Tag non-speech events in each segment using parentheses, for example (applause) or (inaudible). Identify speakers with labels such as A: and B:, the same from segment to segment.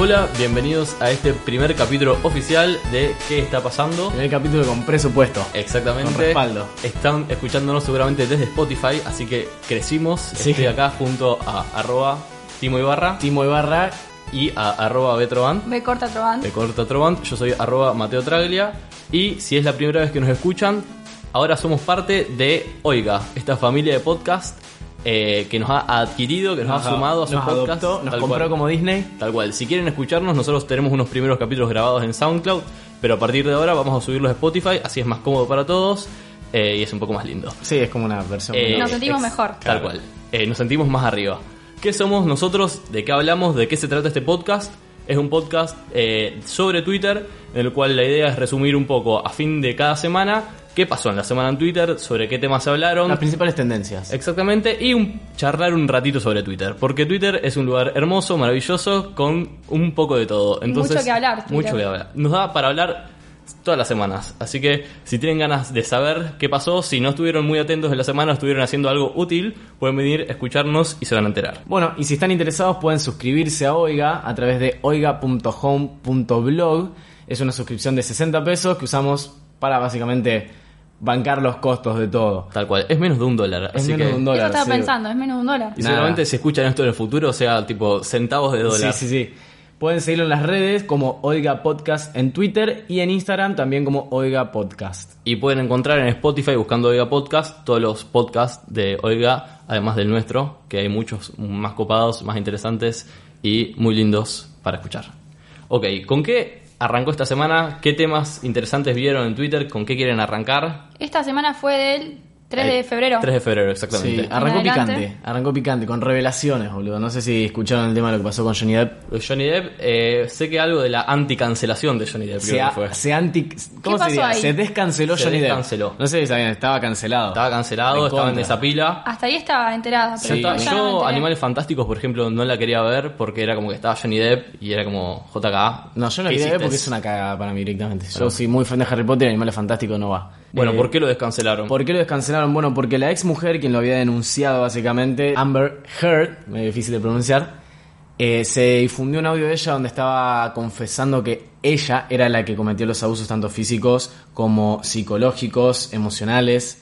A: Hola, bienvenidos a este primer capítulo oficial de ¿Qué está pasando?
B: Primer capítulo con presupuesto.
A: Exactamente.
B: Con respaldo.
A: Están escuchándonos seguramente desde Spotify, así que crecimos.
B: Sí.
A: Estoy acá junto a arroba Timo Ibarra
B: Timo Ibarra,
A: y a arroba Betroban,
C: B corta Trovan.
A: de Corta Troban. Yo soy arroba Mateo Traglia y si es la primera vez que nos escuchan, ahora somos parte de Oiga, esta familia de podcast eh, que nos ha adquirido, que nos, ha sumado a su
B: nos
A: podcast.
B: adoptó, nos
A: tal
B: compró
A: cual.
B: como Disney.
A: Tal cual, si quieren escucharnos, nosotros tenemos unos primeros capítulos grabados en SoundCloud, pero a partir de ahora vamos a subirlos a Spotify, así es más cómodo para todos eh, y es un poco más lindo.
B: Sí, es como una versión.
A: Eh,
C: Nos sentimos mejor.
A: Tal cual, Eh, nos sentimos más arriba. ¿Qué somos nosotros? ¿De qué hablamos? ¿De qué se trata este podcast? Es un podcast eh, sobre Twitter, en el cual la idea es resumir un poco a fin de cada semana qué pasó en la semana en Twitter, sobre qué temas se hablaron,
B: Las principales tendencias.
A: Eh, Exactamente, y un, charlar un ratito sobre Twitter, porque Twitter es un lugar hermoso, maravilloso, con un poco de todo. Entonces,
C: Mucho que hablar, Twitter.
A: Mucho que hablar. Nos da para hablar todas las semanas, así que si tienen ganas de saber qué pasó, si no estuvieron muy atentos en la semana, estuvieron haciendo algo útil, pueden venir, escucharnos y se van a enterar.
B: Bueno, y si están interesados pueden suscribirse a Oiga a través de oiga.home.blog. Es una suscripción de 60 pesos que usamos para básicamente bancar los costos de todo.
A: Tal cual, es menos de un dólar,
B: Es
A: así
B: menos
A: que...
B: de un dólar.
C: Eso estaba
B: sí.
C: pensando, es menos de un dólar.
A: Y
B: Nada.
A: seguramente si escuchan esto en el futuro, sea tipo centavos de dólar.
B: Sí, sí, sí. Pueden seguirlo en las redes como Oiga Podcast en Twitter y en Instagram también como Oiga Podcast.
A: Y pueden encontrar en Spotify buscando Oiga Podcast todos los podcasts de Oiga, además del nuestro, que hay muchos más copados, más interesantes y muy lindos para escuchar. Ok, ¿con qué arrancó esta semana? ¿Qué temas interesantes vieron en Twitter? ¿Con qué quieren arrancar?
C: Esta semana fue del 3
A: Eh,
C: de febrero.
A: 3 de febrero,
B: Sí,
A: exactamente. Ah,
B: arrancó
C: Adelante.
B: picante, arrancó picante, con revelaciones, boludo. No sé si escucharon el tema de lo que pasó con Johnny Depp.
A: Johnny Depp, eh, sé que algo de la anticancelación de Johnny Depp creo
B: Se,
A: que
B: a-
A: fue.
B: se anti... ¿Cómo se
C: pasó
B: diría?
C: ahí?
B: Se descanceló
A: Se
B: Johnny
A: descanceló.
B: Depp. No sé si sabían, estaba cancelado.
A: Estaba cancelado, estaba en
B: Recontra.
A: esa pila.
C: Hasta ahí estaba enterada.
A: Yo
C: Pero
A: estaba-
C: después ya no me
A: yo
C: enteré.
A: Animales Fantásticos, por ejemplo, no la quería ver porque era como que estaba Johnny Depp y era como JK.
B: No, yo no
A: ¿qué
B: quería ver
A: hiciste?
B: porque es una cagada para mí directamente. Yo soy muy fan de Harry Potter y Animales Fantásticos no va.
A: Bueno,
B: Eh,
A: ¿por qué lo descancelaron?
B: ¿Por qué lo descancelaron? Bueno, porque la ex mujer, quien lo había denunciado básicamente, Amber Heard, medio difícil de pronunciar, eh, se difundió un audio de ella donde estaba confesando que ella era la que cometió los abusos tanto físicos como psicológicos, emocionales.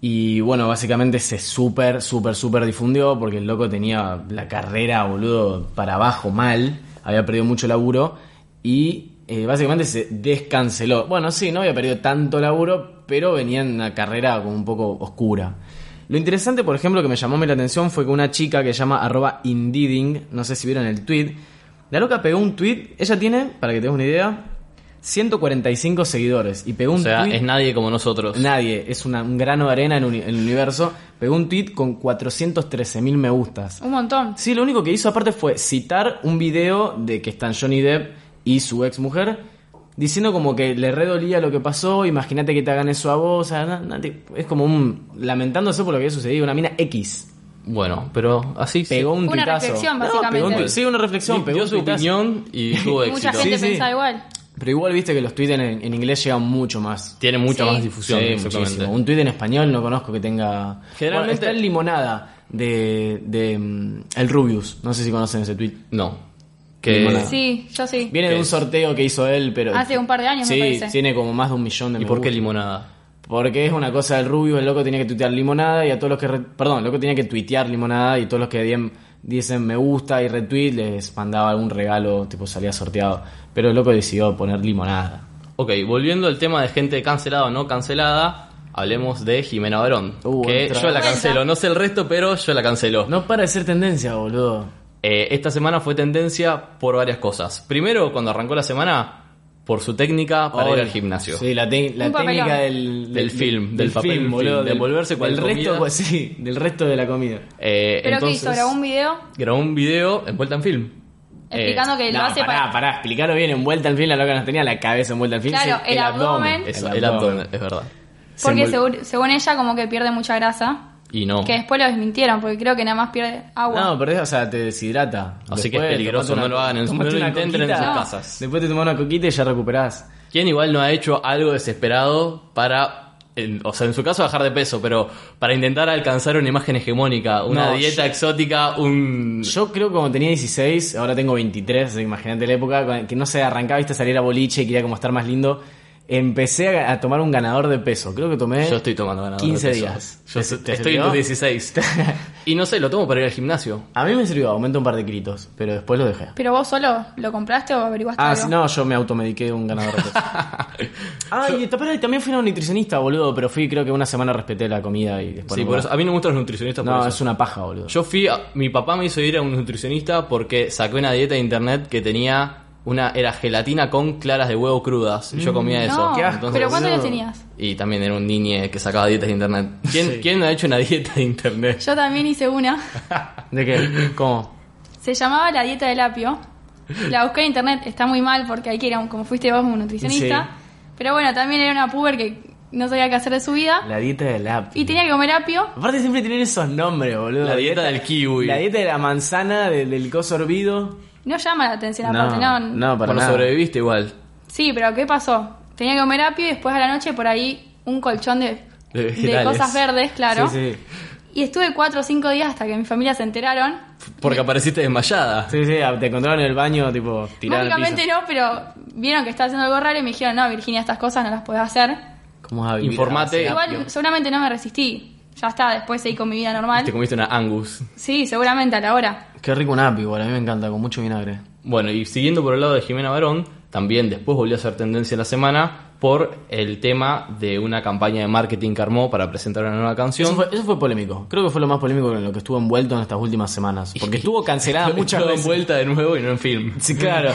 B: Y bueno, básicamente se súper, súper, súper difundió porque el loco tenía la carrera, boludo, para abajo mal. Había perdido mucho laburo y eh, básicamente se descanceló. Bueno, sí, no había perdido tanto laburo, pero venía en una carrera como un poco oscura. Lo interesante, por ejemplo, que me llamó la atención fue que una chica que se llama arroba Indeeding, no sé si vieron el tweet, la loca pegó un tweet, ella tiene, para que te des una idea, 145 seguidores y pegó
A: o
B: un
A: sea,
B: tweet-
A: es nadie como nosotros.
B: Nadie, es una- un grano de arena en, uni- en el universo. Pegó un tweet con 413.000 me gustas.
C: Un montón.
B: Sí, lo único que hizo aparte fue citar un video de que están Johnny Depp y su ex mujer diciendo como que le redolía lo que pasó, imagínate que te hagan eso a vos, o sea, na- na- te- es como un lamentándose por lo que había sucedido, una mina X.
A: Bueno, pero así sí.
B: Pegó un
C: Una
B: tuitazo.
C: reflexión,
B: No,
C: básicamente.
B: pegó un tuit- sí, una reflexión, pegó
A: dio
B: un
A: su
B: tuitazo.
A: opinión
B: (laughs)
A: y tuvo éxito.
C: Mucha gente
B: Sí, sí.
C: pensaba igual.
B: Pero igual viste que los tweets en, en inglés llegan mucho más.
A: Tiene mucha
C: Sí.
A: más difusión,
B: Sí,
A: exactamente.
B: muchísimo. Un tuit en español no conozco que tenga.
A: Generalmente-
B: Bueno, está el limonada de, de mm, el Rubius. No sé si conocen ese tuit.
A: No.
B: Ni
A: Que...
B: nada.
C: Sí, yo sí.
B: Viene
A: ¿Qué
B: de un
A: es?
B: sorteo que hizo él, pero
C: Hace Ah, un par de años, me
B: sí,
C: parece.
B: tiene como más de un millón de.
A: ¿Y
B: me
A: por qué
B: gusta.
A: limonada?
B: Porque es una cosa del Rubius, el loco tenía que tuitear limonada y a todos los que re- perdón, el loco tenía que tuitear limonada y todos los que diem- dicen me gusta y retweet les mandaba algún regalo, tipo salía sorteado. Pero el loco decidió poner limonada.
A: Ok, volviendo al tema de gente cancelada o no cancelada, hablemos de Jimena Barón.
B: Uh,
A: que
B: otra
A: yo la
C: vez.
A: cancelo, no sé el resto, pero yo la cancelo.
B: No para de ser tendencia, boludo.
A: Eh, esta semana fue tendencia por varias cosas. Primero, cuando arrancó la semana, por su técnica para ir
B: Obvio.
A: al gimnasio.
B: Sí, la, te- la
C: Un papelón.
B: técnica del,
A: Del film, del papel
B: film,
A: film,
B: boludo.
A: de envolverse con
B: del
A: la
B: resto,
A: comida.
B: pues, sí, del resto de la comida.
A: Eh,
C: Pero
A: entonces,
C: que hizo, grabó un video
A: grabó un video envuelta en film.
C: Explicando que
B: eh, no,
C: lo hace
B: pará,
C: para.
B: pará, explicarlo bien, envuelta al fin, la loca nos tenía la cabeza envuelta al fin.
C: Claro,
B: sí,
C: el abdomen.
A: Eso, el abdomen, es verdad.
B: Se
C: Porque
B: envuel-
C: según, según ella, como que pierde mucha grasa.
A: Y no.
C: Que después lo desmintieron, porque creo que nada más pierde agua.
B: No, perdés, o sea, te deshidrata.
A: Así que es peligroso,
B: tomate
A: no lo hagan en-
B: tomate
A: no lo
B: una
A: intenten en
B: coquita.
A: sus
C: No.
A: casas.
B: Después te tomás una coquita y ya recuperás.
A: ¿Quién igual no ha hecho algo desesperado para, en- o sea, en su caso bajar de peso, pero para intentar alcanzar una imagen hegemónica, una
B: No,
A: dieta
B: yo-
A: exótica, un...
B: Yo creo que cuando tenía 16, ahora tengo 23, así que imagínate la época, con- que no se arrancaba, viste, a salir a boliche y quería como estar más lindo. Empecé a, a tomar un ganador de peso. Creo que tomé.
A: Yo estoy tomando ganador de
B: 15
A: peso.
B: días.
A: Yo
B: ¿Te-
A: so-
B: te
A: estoy en
B: sirvió?
A: tus
B: (laughs)
A: 16. y no sé, lo tomo para ir al gimnasio.
B: A mí me sirvió, aumentó un par de gritos, pero después lo dejé.
C: ¿Pero vos solo lo compraste o averiguaste
B: Ah,
C: algo?
B: si no, yo me automediqué de un ganador de peso. (laughs) ah, y ta- pará, y también fui a un nutricionista, boludo, pero fui creo que una semana respeté la comida y después.
A: sí,
B: no
A: por
B: me-
A: eso- a mí no me gustan los nutricionistas por
B: No,
A: eso.
B: es una paja, boludo.
A: Yo fui, a- mi papá me hizo ir a un nutricionista porque saqué una dieta de internet que tenía una, era gelatina con claras de huevo crudas. Y yo comía eso.
C: No,
B: qué asco.
A: Entonces-
C: ¿Pero cuántos
B: No.
C: años tenías?
A: Y también era un niñe que sacaba dietas de internet. ¿Quién,
B: Sí.
A: ¿Quién ha hecho una dieta de internet?
C: Yo también hice una.
B: ¿De qué? ¿Cómo?
C: Se llamaba la dieta del apio. La busqué en internet, está muy mal porque hay que ir a un, como fuiste vos, un nutricionista.
B: Sí.
C: Pero bueno, también era una puber que no sabía qué hacer de su vida.
B: La dieta del apio.
C: Y tenía que comer apio.
B: Aparte siempre tienen esos nombres, boludo.
A: La dieta del kiwi.
B: La dieta de la manzana, de- del coso hervido.
C: No llama la atención aparte, no.
B: no, para
A: Bueno,
B: nada.
A: sobreviviste igual.
C: Sí, pero ¿qué pasó? Tenía que comer apio y después a la noche por ahí un colchón de,
A: De vegetales.
C: cosas verdes, claro.
B: Sí, sí.
C: Y estuve cuatro o cinco días hasta que mi familia se enteraron.
A: Porque apareciste desmayada.
B: Sí, sí, te encontraron en el baño, tipo, tirado en el
C: Lógicamente
B: piso.
C: no, pero vieron que estaba haciendo algo raro y me dijeron, no, Virginia, estas cosas no las podés hacer.
B: ¿Cómo vas a vivir
A: Informate.
B: a base de
C: Igual
B: apio?
C: seguramente no me resistí. Ya está, después seguí con mi vida
A: Te
C: normal.
A: comiste una angus.
C: Sí, seguramente a la hora.
B: Qué rico un apio, igual. A mí me encanta, con mucho vinagre.
A: Bueno, y siguiendo por el lado de Jimena Barón, también después volvió a ser tendencia en la semana por el tema de una campaña de marketing que armó para presentar una nueva
B: Eso
A: canción.
B: fue, eso fue polémico. Creo que fue lo más polémico en lo que estuvo envuelto en estas últimas (laughs) semanas. Porque estuvo cancelada muchas
A: Todo en
B: veces.
A: vuelta de nuevo y no en film.
B: Sí, (laughs) claro.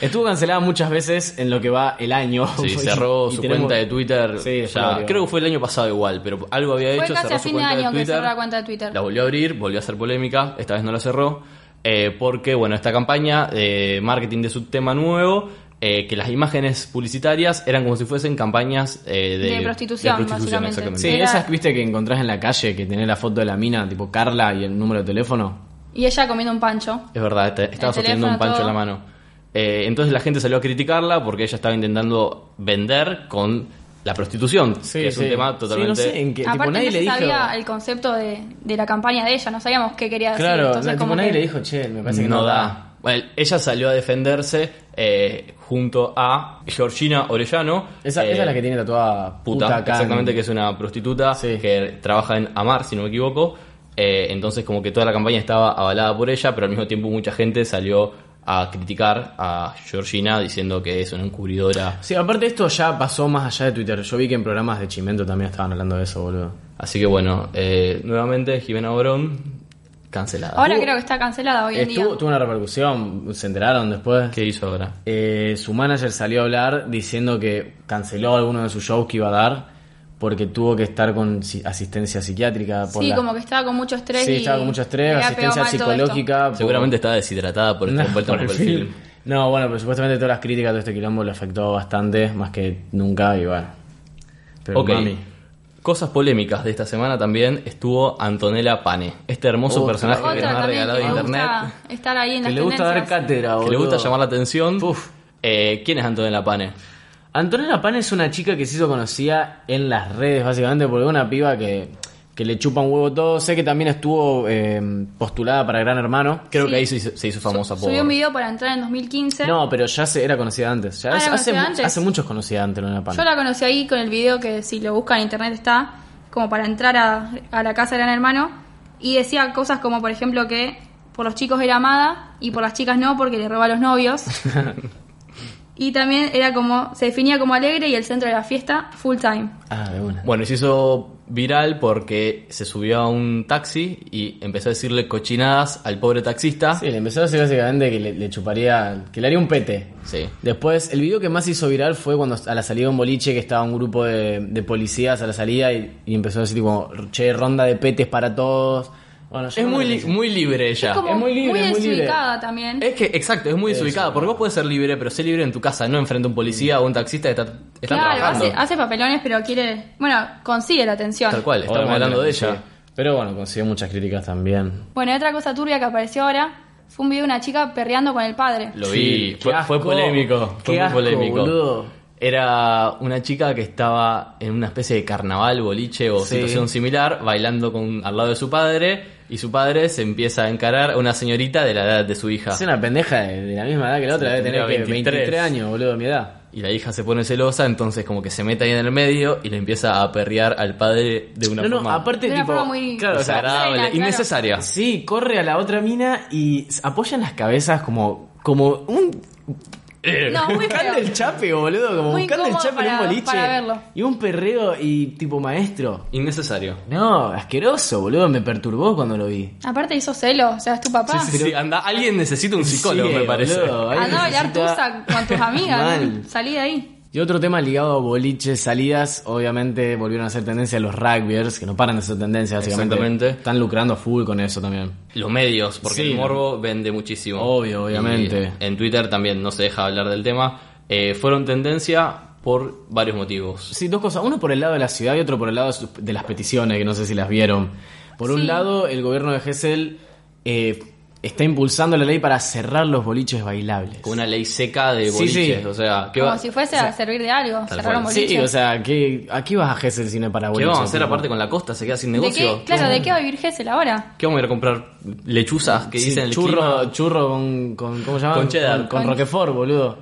B: Estuvo cancelada muchas veces en lo que va el año.
A: Sí, cerró
B: (laughs) Y
A: su
B: tenemos-
A: cuenta de Twitter.
B: Sí,
A: ya-
B: fue lo que-
A: creo que fue el año pasado igual, pero algo había
C: Fue
A: hecho.
C: casi
A: cerró
C: a
A: su
C: fin de
A: cuenta
C: año que
A: Twitter.
C: cerró la cuenta de Twitter.
A: La volvió a abrir, volvió a hacer polémica. Esta vez no la cerró. eh, porque, bueno, esta campaña de marketing de su tema nuevo. eh, que las imágenes publicitarias eran como si fuesen campañas eh, de,
C: De prostitución, básicamente.
A: exactamente.
B: Sí,
C: Era-
B: esas viste que encontrás en la calle que tenés la foto de la mina, tipo Carla y el número de teléfono.
C: Y ella comiendo un pancho.
A: Es verdad, esta- estaba
C: El
A: sosteniendo un
C: teléfono,
A: pancho en la
C: todo.
A: mano. Eh, entonces la gente salió a criticarla porque ella estaba intentando vender con la prostitución, que es un tema totalmente...
B: Sí, no sé, en qué- tipo,
C: Aparte
B: nadie
C: no
B: le
C: se
B: dijo.
C: sabía el concepto de, de la campaña de ella, no sabíamos qué quería decir.
B: Claro,
C: entonces
B: na- tipo,
C: como
B: nadie
C: que-
B: le dijo, che, me parece que
A: no da. Bueno, ella salió a defenderse eh, junto a Georgina Orellano.
B: Esa,
A: eh,
B: esa es la que tiene tatuada
A: puta,
B: puta, acá.
A: exactamente, que es una prostituta
B: Sí.
A: que trabaja en Amar, si no me equivoco. Eh, entonces, como que toda la campaña estaba avalada por ella, pero al mismo tiempo mucha gente salió a criticar a Georgina diciendo que es una encubridora.
B: Sí, aparte esto ya pasó más allá de Twitter. Yo vi que en programas de Chimento también estaban hablando de eso, boludo.
A: Así que bueno, eh, nuevamente Jimena Borón cancelada.
C: Ahora
B: Estuvo-
C: creo que está cancelada hoy en día.
B: Estuvo, tuvo una repercusión, se enteraron después.
A: ¿Qué hizo ahora?
B: Eh, su manager salió a hablar diciendo que canceló alguno de sus shows que iba a dar porque tuvo que estar con si- asistencia psiquiátrica. Por
C: Sí,
B: la-
C: como que estaba con mucho estrés.
B: Sí,
C: y
B: estaba con mucho
C: le
B: estrés,
C: había
B: asistencia
C: pegado mal todo esto.
B: psicológica. por-
A: Seguramente estaba deshidratada
B: (laughs)
A: por estar
B: No,
A: envuelta
B: por
A: un
B: el
A: poco el film.
B: film. No, bueno, pero supuestamente todas las críticas de este quilombo le afectó bastante, más que nunca, y bueno. Pero
A: ok.
B: mami.
A: Cosas polémicas de esta semana también estuvo Antonella Pane, este hermoso
B: Otra.
A: personaje que
C: Otra
A: nos ha
C: también
A: regalado
C: que le
A: internet,
C: gusta estar ahí en
B: Que
C: las
B: le gusta dar
C: tendencias.
B: cátedra,
A: que le gusta llamar la atención.
B: Uf.
A: Eh, ¿Quién es Antonella Pane?
B: Antonella Pan es una chica que se hizo conocida en las redes, básicamente, porque es una piba que, que le chupa un huevo todo. Sé que también estuvo eh, postulada para Gran Hermano.
A: Creo
C: Sí.
A: que ahí se hizo, se hizo famosa por...
C: Subió un video para entrar en 2015.
B: No, pero ya se era conocida antes. Ya
C: Ah,
B: hace,
C: ¿era
B: hace,
C: conocida
B: mu-
C: antes?
B: hace mucho es conocida Antonella Pan.
C: Yo la conocí ahí con el video que si lo buscan en internet está, como para entrar a, a la casa de Gran Hermano, y decía cosas como, por ejemplo, que por los chicos era amada y por las chicas no porque le roba a los
A: (laughs)
C: novios. y también era como, se definía como alegre y el centro de la fiesta full time.
B: Ah, de una.
A: Bueno, y se hizo viral porque se subió a un taxi y empezó a decirle cochinadas al pobre taxista.
B: Sí, le empezó a decir básicamente que le, le chuparía, que le haría un pete.
A: Sí.
B: Después, el video que más hizo viral fue cuando a la salida de un boliche que estaba un grupo de, de policías a la salida y, y empezó a decir como, che, ronda de petes para todos. Bueno, yo
A: Es
B: no
A: muy,
B: lo
A: li-
B: pensé.
A: muy libre ella.
C: Es como
B: Es muy
C: muy,
B: libre, es muy libre.
C: desubicada también.
A: Es que, exacto, es muy
B: Eso.
A: desubicada, porque vos podés ser libre, pero sé libre en tu casa, no enfrente a un policía o un taxista que está, está
C: claro,
A: trabajando.
C: hace, hace papelones, pero quiere. Bueno, consigue la atención.
A: Tal cual, estamos
B: Obviamente,
A: hablando de
B: sí.
A: ella.
B: Pero bueno, consiguió muchas críticas también.
C: Bueno, y otra cosa turbia que apareció ahora fue un video de una chica perreando con el padre.
A: Lo
B: Sí,
A: vi,
B: qué
A: fue, fue
B: asco.
A: polémico. Fue
B: Qué
A: muy
B: asco,
A: polémico.
B: boludo.
A: Era una chica que estaba en una especie de carnaval, boliche o
B: Sí.
A: situación similar, bailando con, al lado de su padre, y su padre se empieza a encarar a una señorita de la edad de su hija.
B: Es una pendeja de, de la misma edad que la otra, debe tener
A: Ah. tendría
B: que
A: 23.
B: 23 años, boludo, de mi edad.
A: Y la hija se pone celosa, entonces como que se mete ahí en el medio y le empieza a perrear al padre de una
B: no, no,
A: forma
B: aparte,
C: De una
B: tipo.
C: forma muy-
B: Claro, o sea,
A: desagradable,
C: Claro.
A: innecesaria.
B: sí, corre a la otra mina y s- apoyan las cabezas como. como un.
C: No, Ah,
A: (laughs)
C: muy
B: buscando el
C: feo.
B: chape, boludo, como
C: Muy
B: buscando el
C: incómodo
B: chape en un
C: para-
B: boliche.
C: para verlo.
B: Y un perreo y tipo maestro.
A: Innecesario.
B: No, asqueroso, boludo, me perturbó cuando lo vi.
C: Aparte hizo celo, o sea, es tu papá.
A: Sí, sí, sí, anda, alguien necesita un psicólogo,
B: Sí,
A: me parece.
B: boludo, ahí
C: Andá a bailar
B: necesita-
C: tusa con tus amigas.
B: Mal.
C: Salí de ahí.
B: Y otro tema ligado a boliches, salidas, obviamente volvieron a ser tendencia los rugbyers, que no paran de ser tendencia, básicamente.
A: Exactamente.
B: Están lucrando a full con eso también.
A: Los medios, porque
B: Sí.
A: el morbo vende muchísimo.
B: Obvio, obviamente.
A: Y en Twitter también no se deja hablar del tema. Eh, fueron tendencia por varios motivos.
B: Sí, dos cosas. Uno por el lado de la ciudad y otro por el lado de sus- de las peticiones, que no sé si las vieron. Por un
C: Sí.
B: lado, el gobierno de Gesell eh, está impulsando la ley para cerrar los boliches bailables.
A: Con una ley seca de
B: Sí,
A: boliches.
B: sí.
A: O sea, ¿qué,
C: Como
A: va-
C: si fuese a servir de algo.
A: Tal
C: Cerraron
A: cual.
C: boliche.
B: Sí, o sea, ¿qué, ¿a qué vas a Gesell si no es para
A: qué
B: boliches?
A: vamos a hacer
B: tipo?
A: aparte con la costa? ¿Se queda sin
C: ¿De
A: negocio?
C: qué, claro, ¿de qué va a vivir Gessel ahora?
A: ¿Qué vamos a ir a comprar? ¿Lechuzas? que
B: Sí,
A: dicen el clima?
B: churro, churro con, con- ¿Cómo se llama?
A: Con cheddar.
B: Con, con
C: Con-
B: Roquefort, boludo.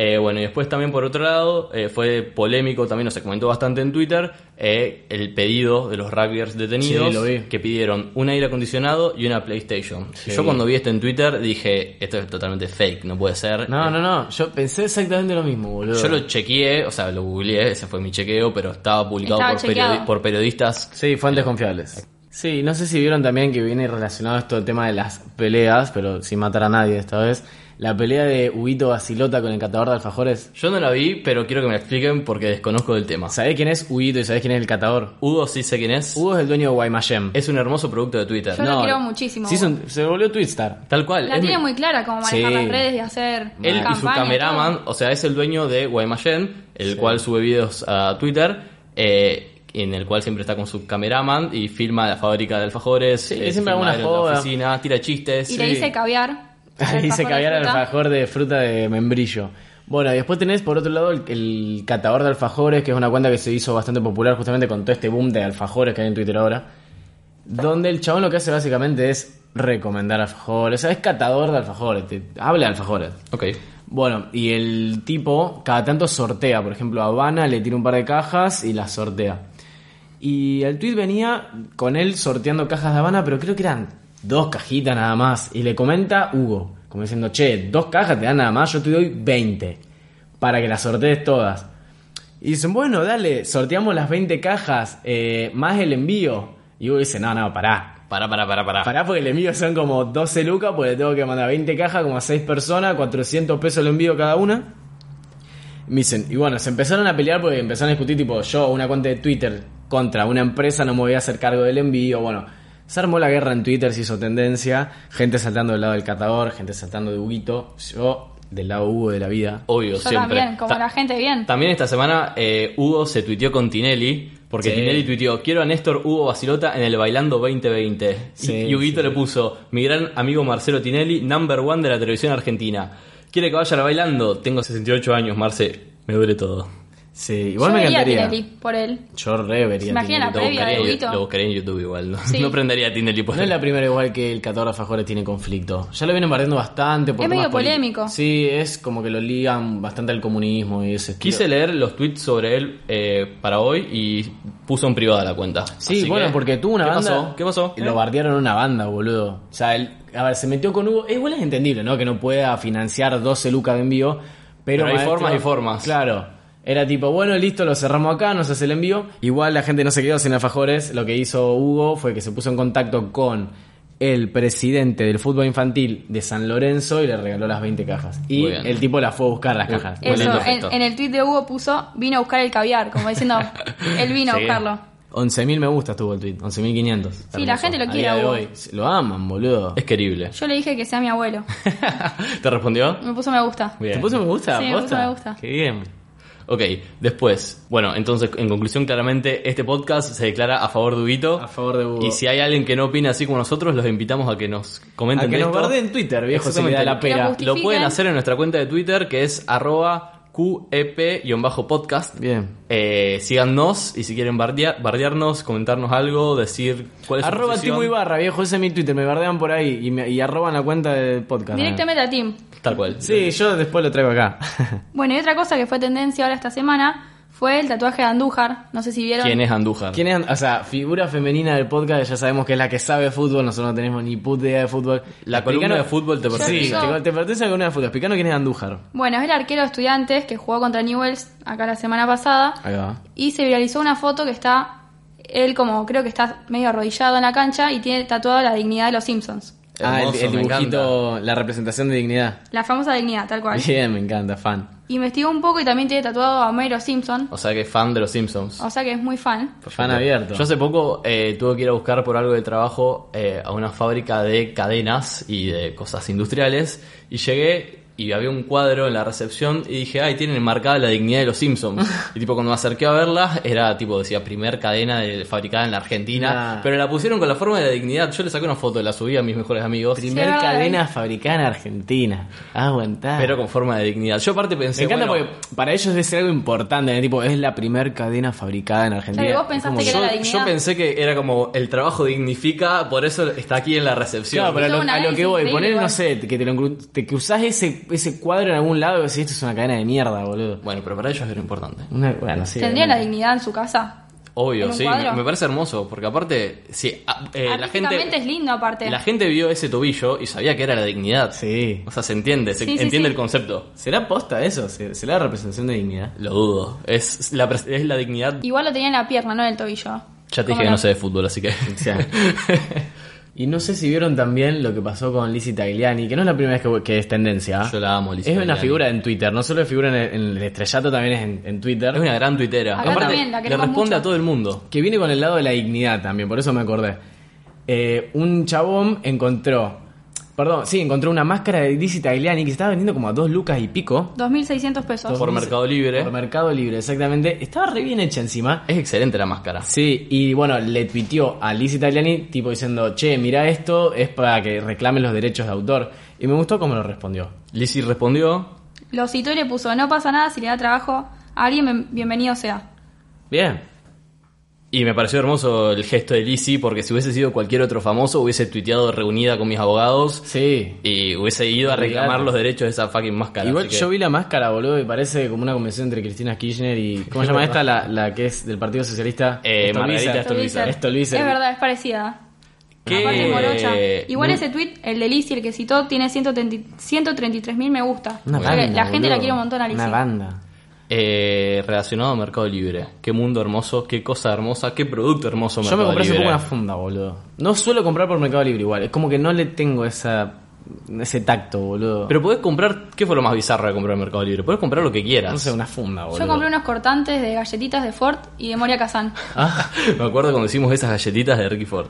A: Eh, bueno, y después también por otro lado, eh, fue polémico, también se comentó bastante en Twitter, eh, el pedido de los rugbyers detenidos
B: Sí, lo vi.
A: que pidieron un aire acondicionado y una PlayStation.
B: Sí.
A: Yo cuando vi esto en Twitter dije, esto es totalmente fake, no puede ser.
B: No,
A: Eh,
B: no, no. Yo pensé exactamente lo mismo, boludo.
A: Yo lo chequeé, o sea, lo googleé, ese fue mi chequeo, pero estaba publicado
C: Estaba
A: por, periodi-
C: chequeado.
A: por periodistas.
B: Sí, fuentes confiables. Sí, no sé si vieron también que viene relacionado esto el tema de las peleas, pero sin matar a nadie esta vez. La pelea de Huguito Basilota con el catador de alfajores.
A: Yo no la vi, pero quiero que me expliquen porque desconozco del tema.
B: ¿Sabés quién es Huguito y sabés quién es el catador?
A: Hugo sí sé quién es,
B: Hugo es el dueño de Guaymallén.
A: es un hermoso producto de Twitter.
C: Yo lo quiero muchísimo.
B: Se, hizo un- se volvió Twitstar.
A: Tal cual.
C: La
A: es
C: tiene
A: mi-
C: muy clara como manejar
B: Sí.
C: las redes y hacer
A: Él y su
C: campaña
A: cameraman,
C: todo.
A: o sea, es el dueño de Guaymallén, el cual sube videos a Twitter, eh, en el cual siempre está con su cameraman y filma la fábrica de alfajores,
B: Sí,
A: eh,
B: siempre
A: filma
B: alguna
A: en la
B: joda.
A: oficina, tira chistes.
C: Y le
A: Sí. (laughs)
C: dice caviar.
B: Ahí se
C: alfajor de
B: caviar el
C: fruta.
B: alfajor de fruta de membrillo. Bueno, y después tenés por otro lado el, el catador de alfajores, que es una cuenta que se hizo bastante popular justamente con todo este boom de alfajores que hay en Twitter ahora. Donde el chabón lo que hace básicamente es recomendar alfajores. O sea, es catador de alfajores, te- habla de alfajores.
A: Ok.
B: Bueno, y el tipo cada tanto sortea. Por ejemplo, a Habana le tira un par de cajas y las sortea. Y el tweet venía con él sorteando cajas de Habana, pero creo que eran dos cajitas nada más. Y le comenta Hugo, como diciendo, che, dos cajas te dan nada más, yo te doy 20 para que las sortees todas. Y dicen, bueno, dale, sorteamos las 20 cajas, eh, más el envío. Y Hugo dice, no, no, pará,
A: Pará, pará, pará,
C: Ah.
A: pará.
B: Pará porque el envío son como 12 lucas, pues le tengo que mandar 20 cajas, como a 6 personas, 400 pesos el envío cada una. Me dicen, y bueno, se empezaron a pelear porque empezaron a discutir, tipo, yo, una cuenta de Twitter contra una empresa, no me voy a hacer cargo del envío. Bueno, se armó la guerra en Twitter, se hizo tendencia, gente saltando del lado del catador, gente saltando de Huguito, yo del lado Hugo de la vida.
A: Obvio,
C: Yo
A: siempre.
C: también, como
A: Ta-
C: la gente bien.
A: También esta semana eh, Hugo se tuiteó con Tinelli, porque
B: Sí.
A: Tinelli tuiteó, quiero a Néstor Hugo Basilota en el Bailando 2020. Y-
B: Sí,
A: y Huguito
B: sí.
A: le puso, mi gran amigo Marcelo Tinelli, number one de la televisión argentina. Quiere que vaya al bailando. Tengo 68 años, Marce. Me duele todo.
B: Sí, igual
C: Yo
B: me
C: vería a
B: encantaría.
C: Tinelli por él.
B: Yo re vería
C: ¿Se imaginan
B: Tinelli.
C: La previa de
A: en-
C: Huguito.
A: lo buscaría en YouTube igual. No,
C: Sí.
A: (laughs) No prendería a Tinelli por
B: No es
A: él.
B: la primera igual que el 14 Fajores tiene conflicto. Ya lo vienen bardeando bastante. Por
C: Es medio
B: temas poli-
C: polémico.
B: Sí, es como que lo ligan bastante al comunismo y ese estilo.
A: Quise leer los tweets sobre él eh, para hoy y puso en privada la cuenta.
B: Sí,
A: Así
B: bueno,
A: que,
B: porque tuvo una
A: ¿qué
B: banda.
A: Pasó? ¿Qué pasó?
B: Lo bardearon una banda, boludo. O sea, él, a ver, se metió con Hugo. Igual es entendible, ¿no? Que no pueda financiar 12 lucas de envío. Pero,
A: Pero hay
B: maestro,
A: formas y formas.
B: Claro. Era tipo, bueno, listo, lo cerramos acá, nos hace el envío. Igual la gente no se quedó sin alfajores. Lo que hizo Hugo fue que se puso en contacto con el presidente del fútbol infantil de San Lorenzo y le regaló las 20 cajas. Y
A: Muy bien.
B: el tipo las fue a buscar las cajas.
A: Muy
C: Eso,
A: lindo
C: en,
A: gesto. (laughs)
C: en el tweet de Hugo puso, vino a buscar el caviar, como diciendo, él vino a
A: Sí.
C: buscarlo.
A: O
B: 11.000 me gusta tuvo el tweet, 11.500.
C: Sí, la
B: Hermoso.
C: gente lo
B: A
C: quiere a
B: día de
C: Hugo.
B: hoy, Lo aman, boludo.
A: Es
B: (laughs)
A: querible.
C: Yo le dije que sea mi abuelo.
A: ¿Te respondió?
C: Me puso me gusta.
A: Bien.
B: ¿Te puso me gusta?
C: Sí, me puso
B: posta?
C: me gusta.
B: Qué bien.
A: Ok, después. Bueno, entonces, en conclusión, claramente, este podcast se declara a favor de Huguito.
B: A favor de Hugo.
A: Y si hay alguien que no opina así como nosotros, los invitamos a que nos comenten
B: A que
A: de
B: nos
A: esto.
B: guarden en Twitter, viejo, se le da
A: Exactamente.
B: la
C: Que nos
B: pera.
C: guste.
A: Lo
C: Justifiquen.
A: pueden hacer en nuestra cuenta de Twitter, que es arroba E QEP-podcast.
B: Bien.
A: Eh, síganos y si quieren bardear- bardearnos, comentarnos algo, decir cuál es su
B: Arroba
A: posición.
B: Timo Ibarra, viejo, ese es mi Twitter, me bardean por ahí y, me- y arroban la cuenta del podcast.
C: Directamente a Tim.
A: Tal cual.
B: Sí, yo después lo traigo acá. (laughs)
C: Bueno, y otra cosa que fue tendencia ahora esta semana fue el tatuaje de Andújar. No sé si vieron.
A: ¿Quién es Andújar?
B: ¿Quién es? O sea, figura femenina del podcast, ya sabemos que es la que sabe fútbol, nosotros no tenemos ni puta idea de fútbol.
A: La columna
B: Explicanos-
A: de fútbol te pertenece.
B: Sí, te, te pertenece a la columna de fútbol. Explicanos quién es Andújar.
C: Bueno, es el arquero de estudiantes que jugó contra Newells acá la semana pasada.
B: Ahí va.
C: Y se viralizó una foto que está él como creo que está medio arrodillado en la cancha y tiene tatuada la dignidad de los Simpsons.
B: Ah, el,
A: Hermoso,
B: el
A: me
B: dibujito, la representación de dignidad.
C: La famosa dignidad, tal cual.
B: Bien, me encanta, fan.
C: Investigó un poco y también tiene tatuado a Homero Simpson.
A: O sea que es fan de los Simpsons.
C: O sea que es muy fan.
B: Fan abierto.
A: Yo hace poco eh, tuve que ir a buscar por algo de trabajo eh, a una fábrica de cadenas y de cosas industriales y llegué y había un cuadro en la recepción y dije, ay, tienen marcada la dignidad de los
B: (laughs)
A: Simpsons. y tipo, cuando me acerqué a verla, era tipo, decía, primer cadena de- fabricada en la Argentina,
B: Nah.
A: pero la pusieron con la forma de la dignidad. Yo le saqué una foto, la subí a mis mejores amigos,
B: Primer
C: Sí,
B: cadena
C: ahí.
B: fabricada en Argentina. Aguantar.
A: pero con forma de dignidad. Yo aparte pensé,
B: me encanta
A: bueno,
B: porque para ellos debe ser algo importante, ¿eh? tipo, es la primer cadena fabricada en Argentina.
C: Claro, y vos
B: Es
C: pensaste
B: como-
C: que era
A: yo,
C: la dignidad.
A: yo pensé que era como el trabajo dignifica, por eso está aquí en la recepción.
B: Claro, pero a
C: Todo
B: lo,
C: un
B: a lo que
C: análisis
B: voy, poner,
C: ¿eh? increíble,
B: no sé, que te, lo, encru- te- que usás ese, ese cuadro en algún lado y decís, esto es una cadena de mierda, boludo.
A: Bueno, pero para ellos era importante.
B: Una- bueno, sí,
C: ¿Tendría la
B: obviamente.
C: dignidad en su casa? ¿En
A: Obvio,
C: un
A: sí,
C: cuadro?
A: me, me parece hermoso, porque aparte, sí, a- eh, la
C: Artísticamente es
A: gente
C: lindo aparte.
A: la gente vio ese tobillo y sabía que era la dignidad.
B: Sí.
A: O sea, se entiende, se
C: Sí, sí,
A: entiende
C: sí.
A: el concepto.
B: ¿Será posta eso? ¿Se- ¿Será la representación de dignidad?
A: Lo dudo. Es la, pres- es la dignidad.
C: Igual lo tenía en la pierna, no en el tobillo.
A: Ya te
C: ¿Cómo
A: dije que no sé de fútbol, así que.
B: (laughs) y no sé si vieron también lo que pasó con Lizzie Tagliani, que no es la primera vez que, que es tendencia. ¿ah?
A: (laughs) Yo la amo, Lizzie
B: Es una
A: Tagliani.
B: figura en Twitter, no solo es figura en el, en el estrellato, también es en, en Twitter.
A: Es una gran tuitera.
C: Acá
A: Aparte,
C: también, la
A: le
C: queremos
A: responde
C: mucho.
A: a todo el mundo.
B: Que viene con el lado de la dignidad también, por eso me acordé. Eh, un chabón encontró. Perdón, sí, encontró una máscara de Lizzie Tagliani que se estaba vendiendo como a dos lucas y pico.
C: 2.600 pesos.
A: Por
B: Entonces,
A: Mercado Libre.
B: Por Mercado Libre, exactamente. Estaba re bien hecha encima.
A: ¿Eh? Es excelente la máscara.
B: Sí, y bueno, le tuiteó a Lizzie Tagliani, tipo diciendo, che, mirá esto, es para que reclamen los derechos de autor. Y me gustó cómo lo respondió.
A: Lizzie respondió.
C: Lo citó y le puso, no pasa nada si le da trabajo a alguien, ben- bienvenido sea.
B: Bien.
A: Y me pareció hermoso el gesto de Lizzie, porque si hubiese sido cualquier otro famoso, hubiese tuiteado reunida con mis abogados.
B: Sí.
A: Y hubiese ido a reclamar los derechos de esa fucking máscara.
B: Igual
A: así que-
B: yo vi la máscara, boludo, y parece como una convención entre Cristina
A: (laughs)
B: Kirchner y. ¿Cómo se llama esta? La, la que es del Partido Socialista.
A: Eh,
B: Stolbizer.
A: Margarita Stolbizer.
B: Stolbizer.
C: Es verdad, es parecida.
A: ¿Qué?
C: Aparte es morocha.
A: Eh,
C: Igual
A: no-
C: ese tweet, el de Lizzie, el que citó, tiene 133.000 me gusta.
B: Una
C: O sea que
B: banda,
C: la gente
B: boludo.
C: la quiere un montón a Lizzie.
B: Una banda.
A: Eh, relacionado a Mercado Libre. Qué mundo hermoso, qué cosa hermosa, qué producto hermoso
B: Yo
A: Mercado
B: me compré hace
A: Libre.
B: poco una funda, boludo. No suelo comprar por Mercado Libre igual. Es como que no le tengo esa ese tacto, boludo.
A: Pero podés comprar, ¿qué fue lo más bizarro de comprar en Mercado Libre? Podés comprar lo que quieras.
B: no sé, una funda, boludo.
C: Yo compré unos cortantes de galletitas de Ford y de Moria Kazan.
A: (laughs) Ah, me acuerdo cuando hicimos esas galletitas de Ricky Ford.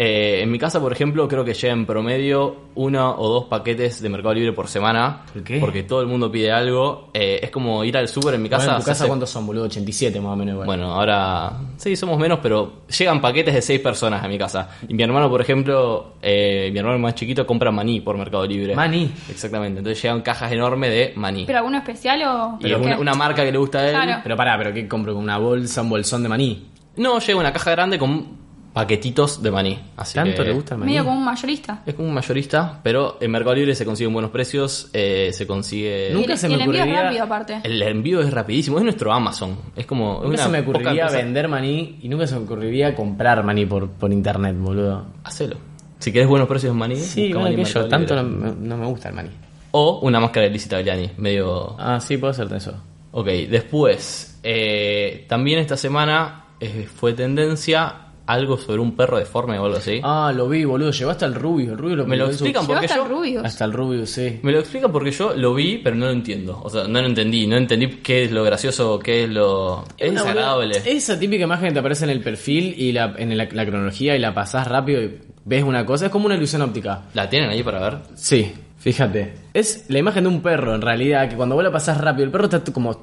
A: Eh, en mi casa, por ejemplo, creo que llega en promedio uno o dos paquetes de Mercado Libre por semana.
B: ¿Por qué?
A: Porque todo el mundo pide algo. Eh, es como ir al súper en mi casa.
B: Bueno, ¿En tu
A: se
B: casa
A: hace-
B: cuántos son, boludo? 87 más o menos igual.
A: Bueno, ahora sí, somos menos, pero llegan paquetes de seis personas a mi casa. Y mi hermano, por ejemplo, eh, mi hermano más chiquito compra maní por Mercado Libre.
B: Maní.
A: Exactamente, entonces llegan cajas enormes de maní.
C: ¿Pero alguno especial o...?
A: y es una,
C: qué?
A: una marca que le gusta a él.
C: Claro.
B: Pero pará, pero ¿qué compro? ¿Con una bolsa, un bolsón de maní?
A: No, llega una caja grande con paquetitos de maní. Así
B: ¿Tanto
A: que-
B: le gusta el maní?
C: Medio como un mayorista.
A: Es como un mayorista, pero en Mercado Libre se consiguen buenos precios, eh, se consigue...
B: Nunca
C: y el,
B: se
C: y
B: me
C: el envío
B: ocurriría-
C: es rápido aparte.
A: El envío es rapidísimo, es nuestro Amazon. Es como...
B: Nunca
A: una
B: se me
A: poca
B: ocurriría
A: empresa.
B: vender maní y nunca se me ocurriría comprar maní por, por internet, boludo.
A: Hacelo. Si querés buenos precios en maní,
B: Sí,
A: busca
B: bueno,
A: maní
B: que
A: en
B: yo
A: Mercado
B: tanto
A: Libre.
B: no, no me gusta el maní.
A: O una máscara de Lizzie Tagliani, medio...
B: Ah, sí, puedo hacerte eso.
A: Ok, después, eh, también esta semana eh, fue tendencia algo sobre un perro deforme o algo así.
B: Ah, lo vi, boludo. Llegó hasta el Rubio. El Rubio lo
A: Me lo
B: publicó en su-
A: explican porque
C: Llevaste
A: yo... Ah,
C: al Rubius.
B: Hasta el Rubio, sí.
A: Me lo explica porque yo lo vi, pero no lo entiendo. O sea, no lo entendí. No entendí qué es lo gracioso, qué es lo... Es
B: Una,
A: desagradable.
B: boludo, Esa típica imagen que te aparece en el perfil y la, en la, la cronología y la pasás rápido y ves una cosa. Es como una ilusión óptica.
A: ¿La tienen ahí para ver?
B: Sí, fíjate. Es la imagen de un perro, en realidad, que cuando vos la pasás rápido, el perro está t- como